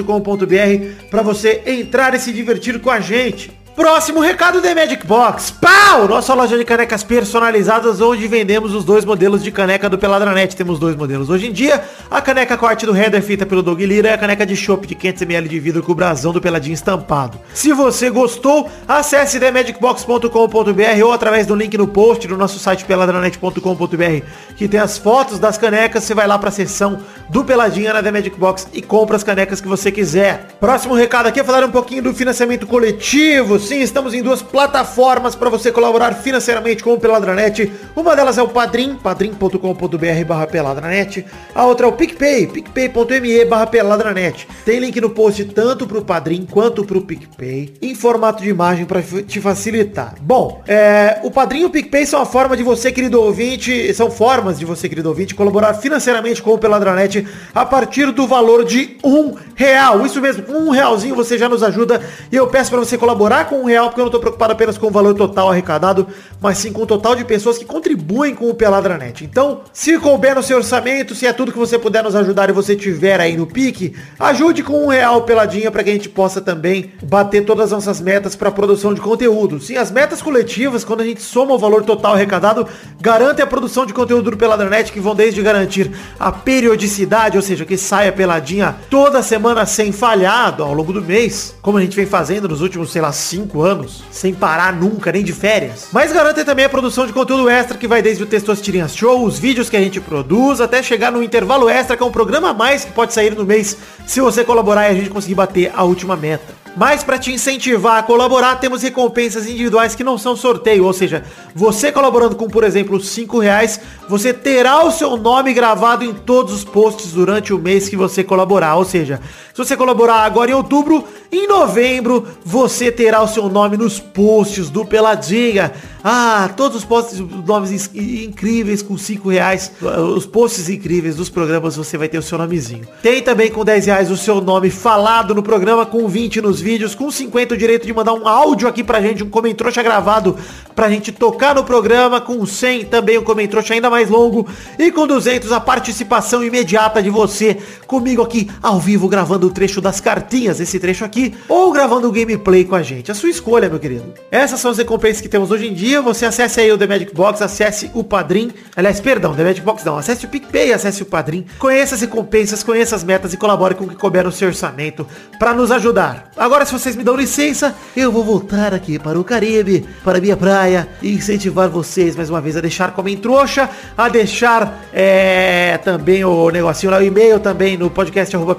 peladranet.com.br pra você entrar e se divertir com a gente. Próximo recado da Magic Box. Pau! Nossa loja de canecas personalizadas onde vendemos os dois modelos de caneca do Peladranet. Temos dois modelos hoje em dia. A caneca corte do header feita pelo Doug Lira e a caneca de chopp de 500ml de vidro com o brasão do Peladinho estampado. Se você gostou, acesse themagicbox.com.br ou através do link no post do nosso site peladranet.com.br que tem as fotos das canecas. Você vai lá pra seção do Peladinha na The Magic Box e compra as canecas que você quiser. Próximo recado aqui é falar um pouquinho do financiamento coletivo. Sim, estamos em duas plataformas para você colaborar financeiramente com o Peladranet. Uma delas é o Padrim, padrim.com.br barra peladranet. A outra é o PicPay, picpay.me barra peladranet. Tem link no post tanto pro Padrim quanto pro PicPay em formato de imagem para te facilitar. Bom, é, o Padrim e o PicPay são a forma de você, querido ouvinte, são formas de você, querido ouvinte, colaborar financeiramente com o Peladranet a partir do valor de um real. Isso mesmo, um realzinho você já nos ajuda e eu peço para você colaborar com um real, porque eu não estou preocupado apenas com o valor total arrecadado, mas sim com o total de pessoas que contribuem com o Peladranet. Então, se couber no seu orçamento, se é tudo que você puder nos ajudar e você tiver aí no pique, ajude com um real peladinha para que a gente possa também bater todas as nossas metas para produção de conteúdo. Sim, as metas coletivas, quando a gente soma o valor total arrecadado, garante a produção de conteúdo do Peladranet, que vão desde garantir a periodicidade, ou seja, que saia peladinha toda semana sem falhado ao longo do mês, como a gente vem fazendo nos últimos, sei lá, cinco anos, sem parar nunca, nem de férias. Mas garante também a produção de conteúdo extra, que vai desde o Textos Tirinhas Show, os vídeos que a gente produz, até chegar no intervalo extra, que é um programa a mais que pode sair no mês, se você colaborar e a gente conseguir bater a última meta. Mas para te incentivar a colaborar, temos recompensas individuais que não são sorteio. Ou seja, você colaborando com, por exemplo, R$ 5 reais, você terá o seu nome gravado em todos os posts durante o mês que você colaborar. Ou seja, se você colaborar agora em outubro, em novembro você terá o seu nome nos posts do Peladinha. Ah, todos os posts nomes ins- i- incríveis com 5 reais. Os posts incríveis dos programas você vai ter o seu nomezinho. Tem também com 10 reais o seu nome falado no programa, com 20 nos vídeos, com 50 o direito de mandar um áudio aqui pra gente, um comentrouxa gravado pra gente tocar no programa, com 100 também um comentrouxa ainda mais longo e com 200 a participação imediata de você comigo aqui ao vivo gravando o trecho das cartinhas, esse trecho aqui, ou gravando o gameplay com a gente. A sua escolha, meu querido. Essas são as recompensas que temos hoje em dia. Você acesse aí o The Magic Box, acesse o Padrim. Aliás, perdão, The Magic Box não. Acesse o PicPay, acesse o Padrim. Conheça as recompensas, conheça as metas e colabore com o que couber no seu orçamento para nos ajudar. Agora, se vocês me dão licença, eu vou voltar aqui para o Caribe, para a minha praia e incentivar vocês mais uma vez a deixar como em trouxa, a deixar é, também o negocinho lá, o e-mail também no podcast arroba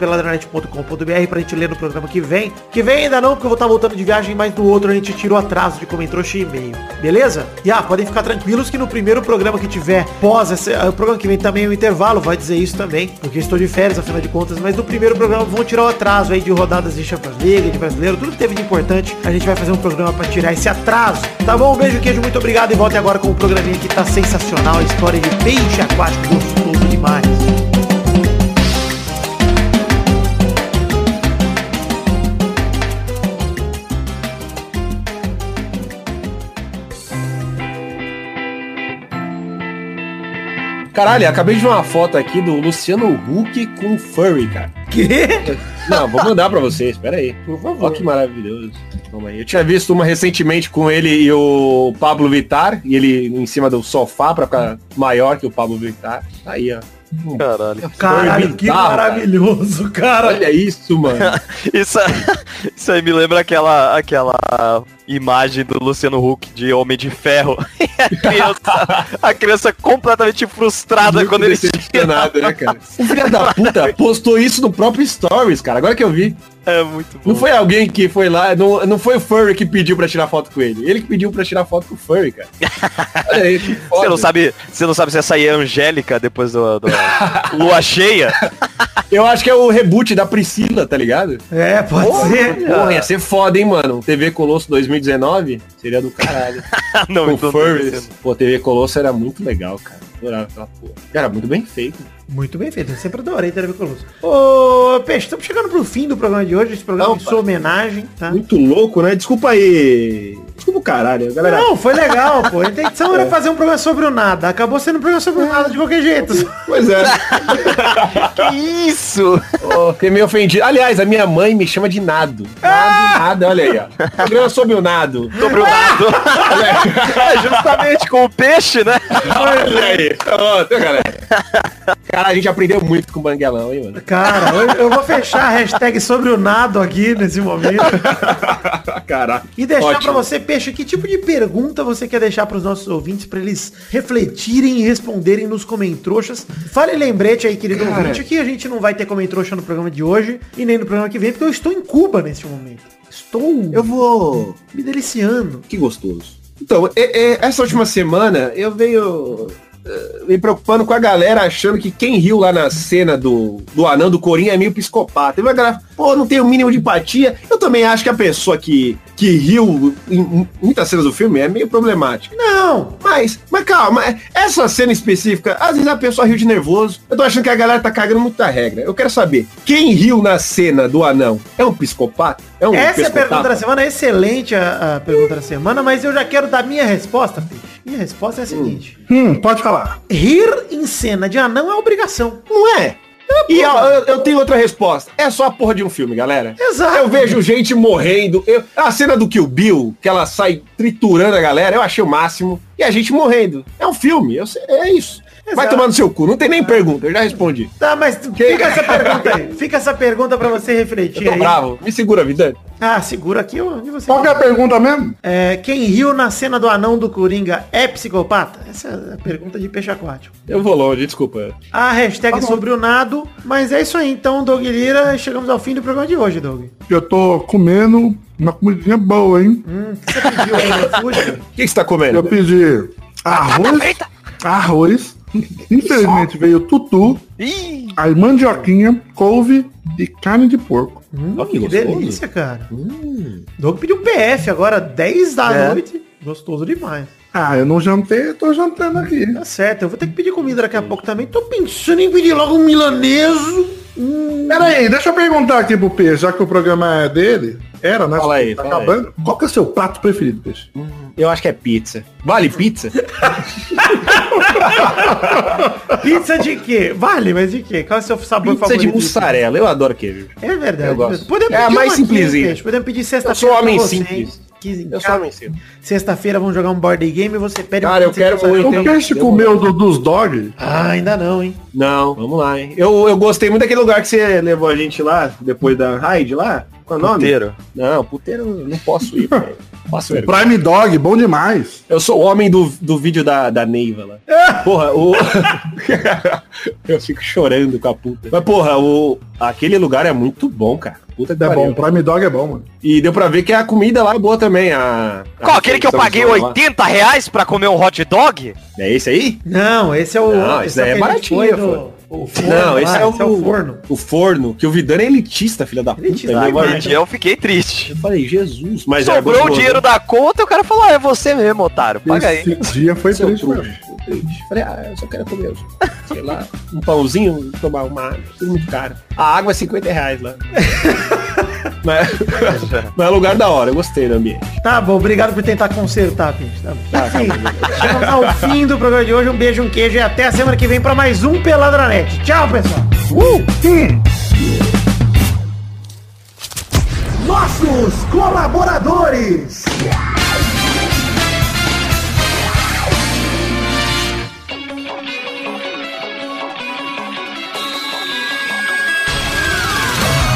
peladranet.com.br pra gente ler no programa que vem. Que vem ainda não, porque eu vou estar voltando de viagem, mas no outro a gente tira o atraso de como em trouxa e e-mail. Beleza? E ah, podem ficar tranquilos que no primeiro programa que tiver pós, esse, ah, o programa que vem também é um intervalo, vai dizer isso também, porque estou de férias, afinal de contas, mas no primeiro programa vão tirar o atraso aí de rodadas de Champions League, de brasileiro, tudo que teve de importante, a gente vai fazer um programa pra tirar esse atraso. Tá bom? Um beijo, queijo, muito obrigado e volte agora com o programinha que tá sensacional, a história de peixe aquático gostoso demais.
Caralho, acabei de ver uma foto aqui do Luciano Huck com furry, cara.
Que?
Não, vou mandar pra vocês, pera aí. Por favor. Olha que maravilhoso. Calma aí. Eu tinha visto uma recentemente com ele e o Pablo Vittar, e ele em cima do sofá pra ficar maior que o Pablo Vittar. Tá Aí, ó.
Caralho.
Caralho, que
bizarro,
maravilhoso, cara.
Olha isso, mano.
Isso, isso aí me lembra aquela, aquela imagem do Luciano Huck de Homem de Ferro. E a, criança, a criança completamente frustrada
Muito
quando ele
decepcionado, né, cara? O filho da puta postou isso no próprio Stories, cara. Agora que eu vi.
É muito bom.
Não foi alguém que foi lá, não, não foi o Furry que pediu pra tirar foto com ele. Ele que pediu pra tirar foto com o Furry, cara. Olha aí, que foda.
Você não, sabe, você não sabe se essa aí é Angélica depois do, do Lua Cheia?
Eu acho que é o reboot da Priscila, tá ligado?
É, pode ser.
Porra, ia ser foda, hein, mano. TV Colosso 2019 seria do caralho.
não,
Com
então não
Furries.
precisa.
Pô, TV Colosso era muito legal, cara. Adorava aquela porra. Era muito bem feito.
Muito bem feito, eu sempre adorei TV Colosso. Ô, Peixe, estamos chegando pro fim do programa de hoje, esse programa
Não,
é sua homenagem, tá?
Muito louco, né? Desculpa aí. Desculpa o caralho, galera.
Não, foi legal, pô. A intenção era fazer um programa sobre o nada. Acabou sendo um programa sobre o nada de qualquer jeito.
Pois é.
Que isso?
Oh, fiquei meio ofendido. Aliás, a minha mãe me chama de Nado. Nado, Nado, olha aí, ó. Programa é sobre o Nado.
Sobre o lado. é justamente com o peixe, né?
Olha aí. Ó, tá, galera. Cara, a gente aprendeu muito com o Banguelão, hein, mano.
Cara, eu, eu vou fechar a hashtag sobre o nado aqui nesse momento.
Caralho.
E deixar
Ótimo.
pra você, Peixe, que tipo de pergunta você quer deixar pros nossos ouvintes pra eles refletirem e responderem nos comentroxas? Fale lembrete aí, querido
Cara.
ouvinte, que a gente não vai ter comentroxa no programa de hoje e nem no programa que vem, porque eu estou em Cuba neste momento. Estou
Eu vou.
me deliciando.
Que gostoso. Então, é- é, essa última semana eu venho eh, me preocupando com a galera achando que quem riu lá na cena do, do anão do Corinha é meio psicopata. Teve uma galera, pô, não tem o mínimo de empatia. Eu também acho que a pessoa que, que riu em- em muitas cenas do filme é meio problemática.
Não!
Mas, mas calma, essa cena específica, às vezes a pessoa riu de nervoso. Eu tô achando que a galera tá cagando muita regra. Eu quero saber, quem riu na cena do anão é um psicopata? É um
Essa é a
psicopata?
pergunta da semana, é excelente a, a pergunta da semana, mas eu já quero dar minha resposta, Peixe. Minha resposta é a seguinte.
Hum, pode falar.
Rir em cena de anão é obrigação.
Não é?
Ah,
E ó, eu, eu tenho outra resposta. É só a porra de um filme, galera.
Exato.
Eu vejo gente morrendo. Eu- a cena do Kill Bill, que ela sai triturando a galera, eu achei o máximo. E a gente morrendo. É um filme, eu sei- é isso. Vai
Exato.
tomar no seu cu, não tem nem pergunta, eu já respondi.
Tá, mas fica essa pergunta aí. Fica essa pergunta pra você refletir
Eu tô
aí.
bravo. Me segura, vida.
Ah, segura aqui onde você.
Qual que é a pergunta mesmo?
É, quem riu na cena do anão do Coringa é psicopata? Essa é a pergunta de peixe aquático.
Eu vou longe, desculpa.
A hashtag sobre o nado, mas é isso aí. Então, Doug Lira, chegamos ao fim do programa de hoje, Doug.
Eu tô comendo uma comidinha boa, hein?
Pediu aí no iFood?
O que que você tá
Eu
comendo?
pedi arroz, arroz, infelizmente veio tutu,
Ih,
aí mandioquinha, couve e carne de porco.
Ó,
Hum, que delícia, cara. Doug pediu PF agora, 10 da
É.
noite. Gostoso demais.
Ah, eu não jantei, tô jantando aqui.
Tá certo, eu vou ter que pedir comida daqui a pouco também. Tô pensando em pedir logo um milaneso. Hum,
Pera aí, deixa eu perguntar aqui pro Peixe, já que o programa é dele. Era, né?
Fala aí,
Tá
fala aí.
acabando. Qual que é o seu prato preferido, Peixe?
Eu acho que é pizza. Vale pizza?
pizza de quê? Vale, mas de quê? Qual é o seu sabor
pizza de
favorito?
mussarela. Eu adoro queijo.
É
Eu
verdade.
gosto.
Podemos
É a
pedir
mais
uma aqui,
simplesinha.
gente. Podemos pedir sexta-feira.
Eu sou homem
pra você,
simples.
hein? Que-
Eu sou homem simples.
Sexta-feira vamos jogar um board game e você pede
Cara, eu
pizza de
quero
mussarela.
muito.
O
tenho- um
Peixe
eu-
comeu do, dos dog?
Ah, ainda não, hein?
Não, vamos lá, hein?
Eu, eu gostei muito daquele lugar que você levou a gente lá, depois da raid lá. Qual é o nome?
Puteiro.
Não, puteiro eu não posso ir, velho. Posso ir.
Prime Dog, bom demais.
Eu sou o homem do, do vídeo da, da Neiva lá. Porra, o. eu fico chorando com a puta. Mas, porra, o... aquele lugar é muito bom, cara. Puta que
É
pariu.
bom, Prime Dog é bom, mano.
E deu pra ver que a comida lá é boa também. A... a
Qual, aquele que eu
refeição
paguei
lá.
80 reais pra comer um hot dog?
É esse aí?
Não, esse é o.
Não,
esse
esse daí é
o que a gente
baratinho,
foi
pô.
O forno,
não, esse
lá,
é, o...
forno.
O forno, que o Vidano é elitista, filha da puta.
Elitista,
né,
ai,
mano?
verdade.
Eu fiquei triste.
Eu falei, Jesus. Mas é
Sobrou o
gostoso,
dinheiro
né?
da conta e o cara falou, ah, é você mesmo, otário. Paga aí.
Esse dia foi
Seu
triste,
trouxa.
mano.
Eu Falei, ah, eu só quero comer, sei lá, um pãozinho, tomar uma água, tudo muito caro. A água é 50 reais lá. mas, mas é lugar da hora, eu gostei do ambiente.
Tá bom, obrigado por tentar consertar, Pinch. Tá bom.
Ah,
Assim, chegamos ao fim do programa de hoje. Um beijo, um queijo e até a semana que vem pra mais um Peladranet. Tchau, pessoal. Uh,
Nossos colaboradores.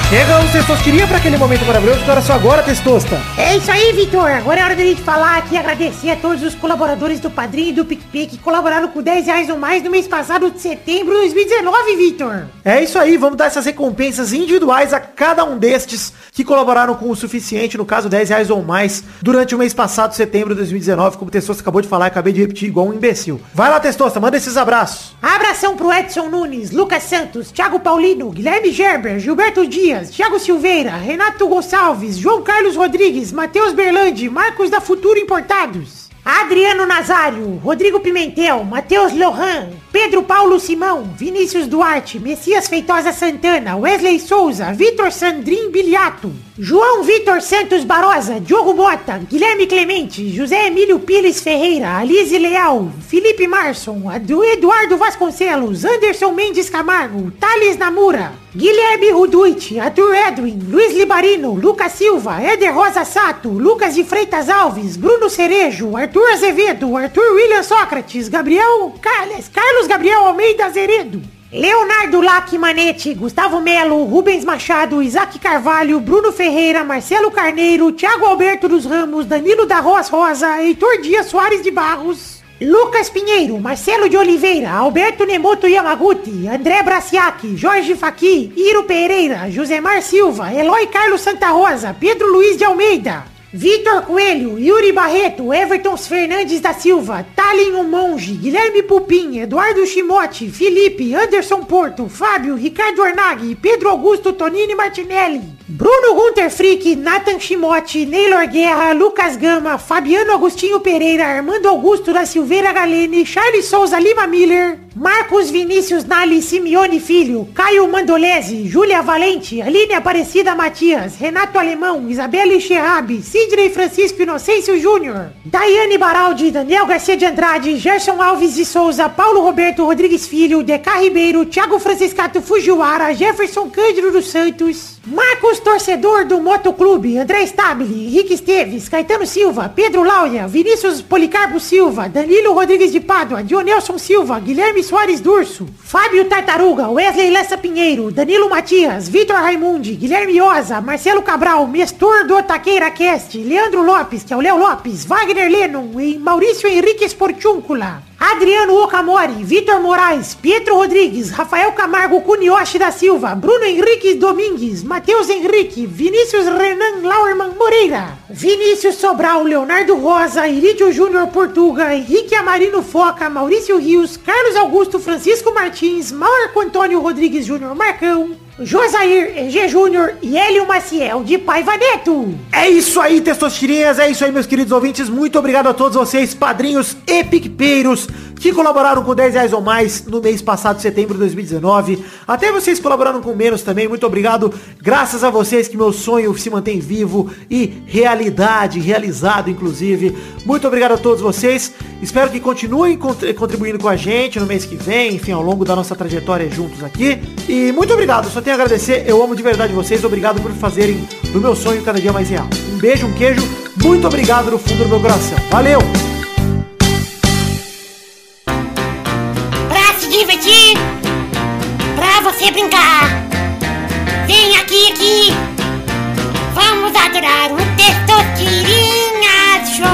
Chegamos, Testosterinha, pra aquele momento maravilhoso. Agora é só agora, Testosta.
É isso aí, Vitor. Agora é hora da gente falar aqui e agradecer a todos os colaboradores do Padrinho e do PicPay que colaboraram com 10 reais ou mais no mês passado de setembro de 2019, Vitor.
É isso aí, vamos dar essas recompensas individuais a cada um destes que colaboraram com o suficiente, no caso 10 reais ou mais, durante o mês passado, setembro de 2019, como o Testosta acabou de falar, eu acabei de repetir igual um imbecil. Vai lá, Testosta, manda esses abraços.
Abração pro Edson Nunes, Lucas Santos, Thiago Paulino, Guilherme Gerber, Gilberto Dias, Thiago Silveira, Renato Gonçalves, João Carlos Rodrigues, Matheus Berlandi, Marcos da Futuro Importados. Adriano Nazário, Rodrigo Pimentel, Matheus Lohan, Pedro Paulo Simão, Vinícius Duarte, Messias Feitosa Santana, Wesley Souza, Vitor Sandrin Biliato, João Vitor Santos Barosa, Diogo Mota, Guilherme Clemente, José Emílio Pires Ferreira, Alize Leal, Felipe Marson, Adu- Eduardo Vasconcelos, Anderson Mendes Camargo, Thales Namura, Guilherme Ruduit, Arthur Edwin, Luiz Libarino, Lucas Silva, Éder Rosa Sato, Lucas de Freitas Alves, Bruno Cerejo, Arthur Azevedo, Arthur William Sócrates, Gabriel Carles, Carlos Gabriel Almeida Zeredo. Leonardo Lac Manete, Gustavo Melo, Rubens Machado, Isaac Carvalho, Bruno Ferreira, Marcelo Carneiro, Thiago Alberto dos Ramos, Danilo da Roas Rosa, Heitor Dias Soares de Barros, Lucas Pinheiro, Marcelo de Oliveira, Alberto Nemoto Yamaguti, André Braciac, Jorge Faqui, Iro Pereira, Josemar Silva, Eloy Carlos Santa Rosa, Pedro Luiz de Almeida, Vitor Coelho, Yuri Barreto, Everton Fernandes da Silva, Tallin Monge, Guilherme Pupim, Eduardo Chimote, Felipe, Anderson Porto, Fábio, Ricardo Arnaghi, Pedro Augusto Tonini Martinelli, Bruno Gunter Frick, Nathan Chimote, Neylor Guerra, Lucas Gama, Fabiano Agostinho Pereira, Armando Augusto da Silveira Galene, Charles Souza Lima Miller, Marcos Vinícius Nali Simeone Filho, Caio Mandolese, Júlia Valente, Aline Aparecida Matias, Renato Alemão, Isabelle Xerrabi, Sidney Francisco Inocêncio Júnior, Daiane Baraldi, Daniel Garcia de Andrade, Gerson Alves de Souza, Paulo Roberto Rodrigues Filho, Deca Ribeiro, Thiago Franciscato Fujiwara, Jefferson Cândido dos Santos, Marcos Torcedor do Motoclube, André Stabile, Henrique Esteves, Caetano Silva, Pedro Laura, Vinícius Policarpo Silva, Danilo Rodrigues de Pádua, Dionelson Silva, Guilherme Soares Durso, Fábio Tartaruga, Wesley Lessa Pinheiro, Danilo Matias, Vitor Raimundi, Guilherme Oza, Marcelo Cabral, Mestor do Otaqueira Cast, Leandro Lopes, que é o Léo Lopes, Wagner Lennon e Maurício Henrique Esportúncula. Adriano Okamori, Vitor Moraes, Pietro Rodrigues, Rafael Camargo Cunioche da Silva, Bruno Henrique Domingues, Matheus Henrique, Vinícius Renan Lauerman Moreira, Vinícius Sobral, Leonardo Rosa, Irídio Júnior Portuga, Henrique Amarino Foca, Maurício Rios, Carlos Augusto Francisco Martins, Marco Antônio Rodrigues Júnior Marcão, Josair EG Júnior e Hélio Maciel de Paiva Neto.
É isso aí, testosterinhas. É isso aí, meus queridos ouvintes. Muito obrigado a todos vocês, padrinhos e piquepeiros, que colaboraram com 10 reais ou mais no mês passado, setembro de 2019. Até vocês que colaboraram com menos também. Muito obrigado. Graças a vocês que meu sonho se mantém vivo e realidade, realizado, inclusive. Muito obrigado a todos vocês. Espero que continuem cont- contribuindo com a gente no mês que vem, enfim, ao longo da nossa trajetória juntos aqui. E muito obrigado. Só tenho a agradecer. Eu amo de verdade vocês. Obrigado por fazerem do meu sonho cada dia mais real. Um beijo, um queijo. Muito obrigado do fundo do meu coração. Valeu!
pra se divertir, pra você brincar. Vem aqui, aqui, vamos adorar o Testosterinhas Show.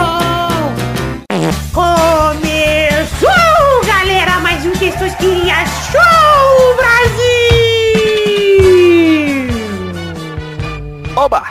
Começou, galera, mais um Testosterinha Show Brasil!
Oba!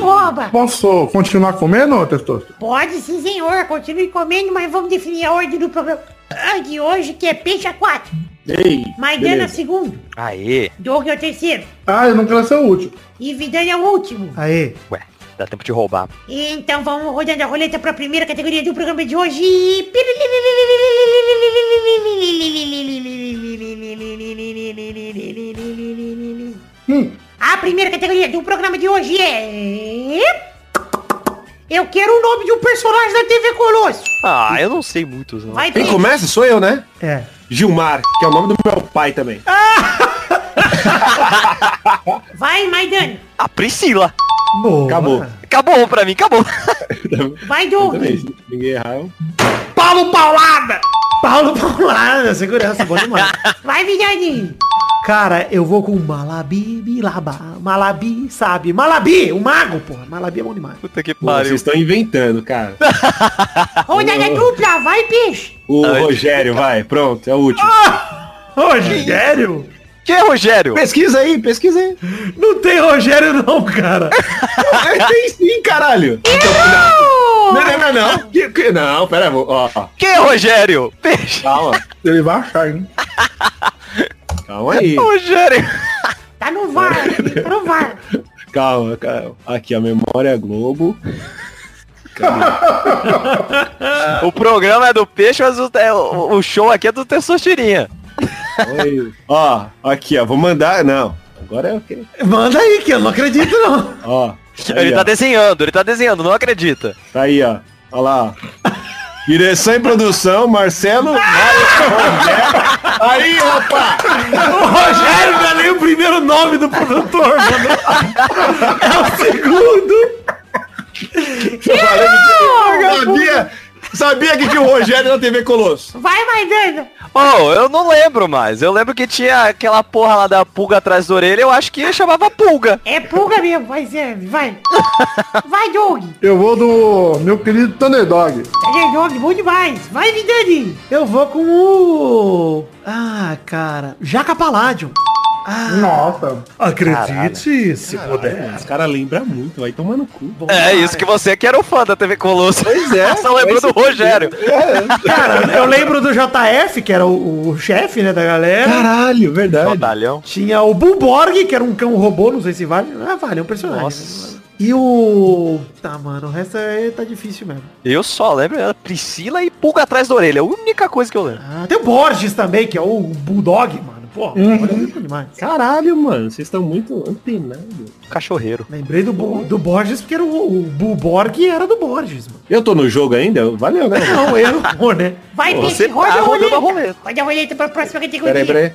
Oba!
Posso continuar comendo, ô Testoso?
Pode sim, senhor. Continue comendo, mas vamos definir a ordem do programa ah, de hoje, que é peixe a quatro.
Ei,
Maidana é segundo,
Aê!
Doug é o terceiro
Ah, eu não quero ser o último.
e Vidani é o último.
Aê!
Ué, dá tempo de roubar.
Então vamos rodando a roleta para a primeira categoria do programa de hoje. A primeira categoria do programa de hoje é... Eu quero o nome de um personagem da TV Colosso.
Ah, eu não sei muitos, não.
Vai,
Quem
Pedro.
começa sou eu, né?
É.
Gilmar, que é o nome do meu pai também.
Vai, Maidana.
A Priscila!
Boa.
Acabou.
Acabou pra mim, acabou!
Vai, Doug.
Também, se ninguém errar. eu-
Paulo Paulada! Paulo Paulada, segurança, bom demais.
Vai, Vidani.
Cara, eu vou com Malabi Bilaba. Malabi, sabe? Malabi, o mago, porra. Malabi é bom demais.
Puta que
Pô, Vocês
pariu.
estão inventando, cara. Ah,
Rodada dupla. Vai, peixe.
O
Ai.
Rogério, vai, pronto, é o último.
Ah,
Rogério?
Quem é Rogério?
Pesquisa aí, pesquisa aí.
Não tem Rogério não, cara.
Mas tem sim, caralho. Então, Não, não, não, não. Que- que- Não, pera, vou- ó, ó,
Quem é Rogério? Peixe!
calma,
Ele vai achar, hein?
calma aí.
Rogério!
Tá no VAR. tá no VAR.
Calma, calma. Aqui, a memória Globo.
O programa é do Peixe, mas o, é, o- o show aqui é do Testosterinha.
Oi. Ó, aqui, ó, vou mandar, não. Agora é o quê?
Manda aí, que eu não acredito não.
Ó, aí,
Ele tá
ó.
desenhando, ele tá desenhando, não acredita.
Tá aí, ó. Olha lá. ó. Direção e produção, Marcelo. aí, rapaz!
O Rogério não é nem o primeiro nome do produtor, mano. É o segundo.
Eu falei que- sabia, sabia que tinha o Rogério na TV Colosso.
Vai, Maidana.
Oh, eu não lembro mais. Eu lembro que tinha aquela porra lá da pulga atrás da orelha, eu acho que chamava pulga.
É pulga mesmo. Vai, serve. Vai. Vai, Doug.
Eu vou do meu querido Thunderdog.
Ele é Doug. Bom demais. Vai, Vidani.
Eu vou com o... Ah, cara. Jaca Paládio.
Nossa.
Acredite, se puder.
É, Os caras lembram muito, vai tomar no cu.
É isso que você que era o fã da TV Colosso. Pois
é,
Só lembrou
foi
do Rogério.
Cara, eu lembro do JF, que era o, o chefe, né, da galera.
Caralho, verdade.
Rodalhão.
Tinha o Bulborg, que era um cão robô, não sei se vale. Ah, vale, é um personagem.
Nossa.
E o... Tá, mano, o resto aí tá difícil mesmo.
Eu só lembro, era Priscila e pulga atrás da orelha. A única coisa que eu lembro.
Ah, tem o Borges também, que é o Bulldog, mano. Pô,
Uhum.
olha muito demais.
Caralho, mano, vocês estão muito antenados.
Cachorreiro.
Lembrei do, Bo- do Borges, porque era o, o Bulborg era do Borges, mano.
Eu tô no jogo ainda? Valeu, né?
Não, eu não vou, né?
Vai,
Você
peixe. Roda
tá
a
rodando
roleta.
a roleta.
Roda a roleta pra próxima categoria.
Peraí, peraí.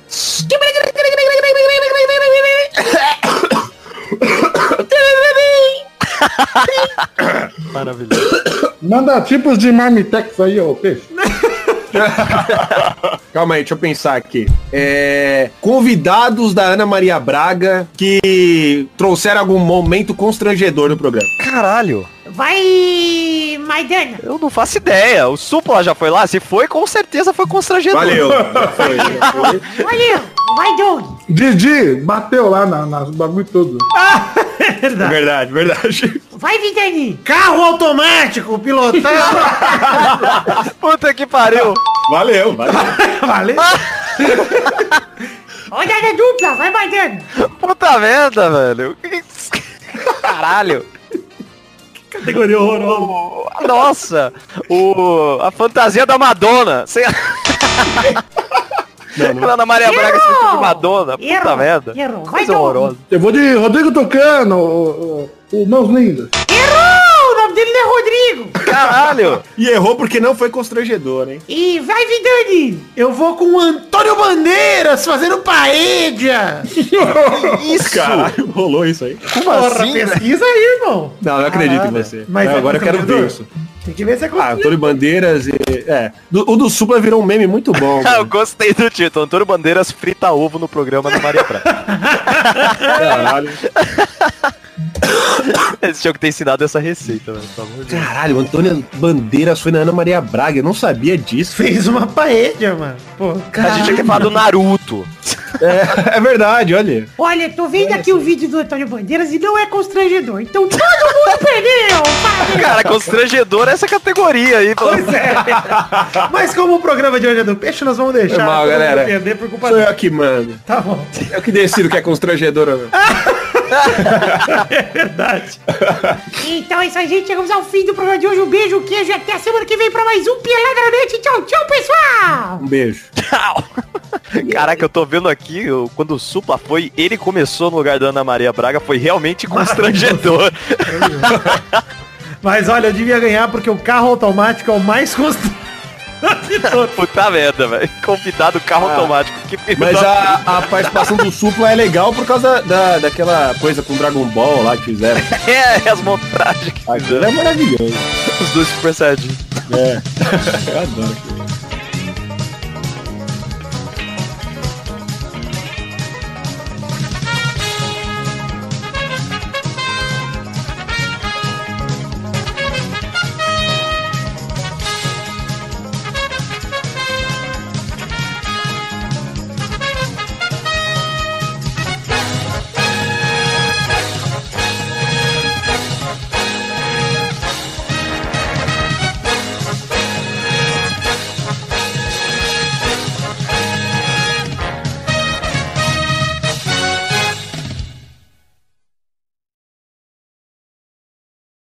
Maravilhoso.
Manda tipos de marmitex aí, ô peixe.
Calma aí, deixa eu pensar aqui. É, convidados da Ana Maria Braga que trouxeram algum momento constrangedor no programa.
Caralho.
Vai, Maidana.
Eu não faço ideia. O Supla já foi lá? Se foi, com certeza foi constrangedor.
Valeu. Já foi, já foi.
Valeu. Vai, Doug.
Didi bateu lá na, na bagulho todo.
verdade, verdade.
Vai, Vidani.
Carro automático, Tá pilotado.
Puta que pariu.
Valeu, valeu.
Valeu.
Rodada dupla, vai mandando.
Puta merda, velho. Caralho.
Categoria horrorosa.
Nossa. O, a fantasia da Madonna. Sei lá. Aquela da Maria Braga se vestiu de Madonna. Puta
Errou.
merda.
Errou. Vai,
Coisa
Dom.
horrorosa.
Eu vou de Rodrigo Tocano, o, o- o Mãos Lindas.
Errou! O nome dele não é Rodrigo.
Caralho.
E errou porque não foi constrangedor, hein?
E vai, Vidani.
Eu vou com o Antônio Bandeiras fazendo paedia.
Isso.
Caralho, rolou isso aí.
Como
Porra,
assim, velho?
pesquisa aí, irmão.
Não, eu acredito em você.
Mas
Mas
é
né? agora eu quero ver
constrangedor?
isso.
Tem que ver se é
Ah, Antônio Bandeiras e. É. Do- o do Supla virou um meme muito bom.
Ah, eu
mano.
gostei do título. Antônio Bandeiras frita ovo no programa da Maria Braga.
Caralho.
Eles tinham que ter ensinado essa receita, velho. Pelo amor de Deus.
Caralho, o Antônio Bandeiras foi na Ana Maria Braga. Eu não sabia disso.
Fez uma paedia, mano. Pô,
A gente tinha que falar do Naruto.
É, é verdade, olha.
Olha, tô vendo aqui o vídeo do Antônio Bandeiras e não é constrangedor. Então todo mundo perdeu. Parabéns.
Cara, constrangedor é essa categoria aí. pelo-
é. Mas como o programa de hoje é do peixe, nós vamos deixar
Foi mal,
todo mundo
galera.
perder por culpa
Sou
dele.
eu que mando.
Tá bom.
Eu que decido o que é constrangedor ou não.
É verdade.
Então é isso aí, gente. Chegamos ao fim do programa de hoje. Um beijo, um queijo e até a semana que vem pra mais um Peladramente. Tchau, tchau, pessoal.
Um beijo.
Tchau. Caraca, eu tô vendo aqui, eu- quando o Supla foi, ele começou no lugar da Ana Maria Braga, foi realmente constrangedor.
Mas olha, eu devia ganhar porque o carro automático é o mais constante de todos.
Puta merda, velho. Convidado carro automático. Que filho
Ah. Mas
da-
a, a participação do Supla é legal por causa da, daquela coisa com Dragon Ball lá que fizeram.
É, as montagens que
Aquilo
fizeram.
é maravilhoso.
Os dois super saiyajin.
Eu adoro.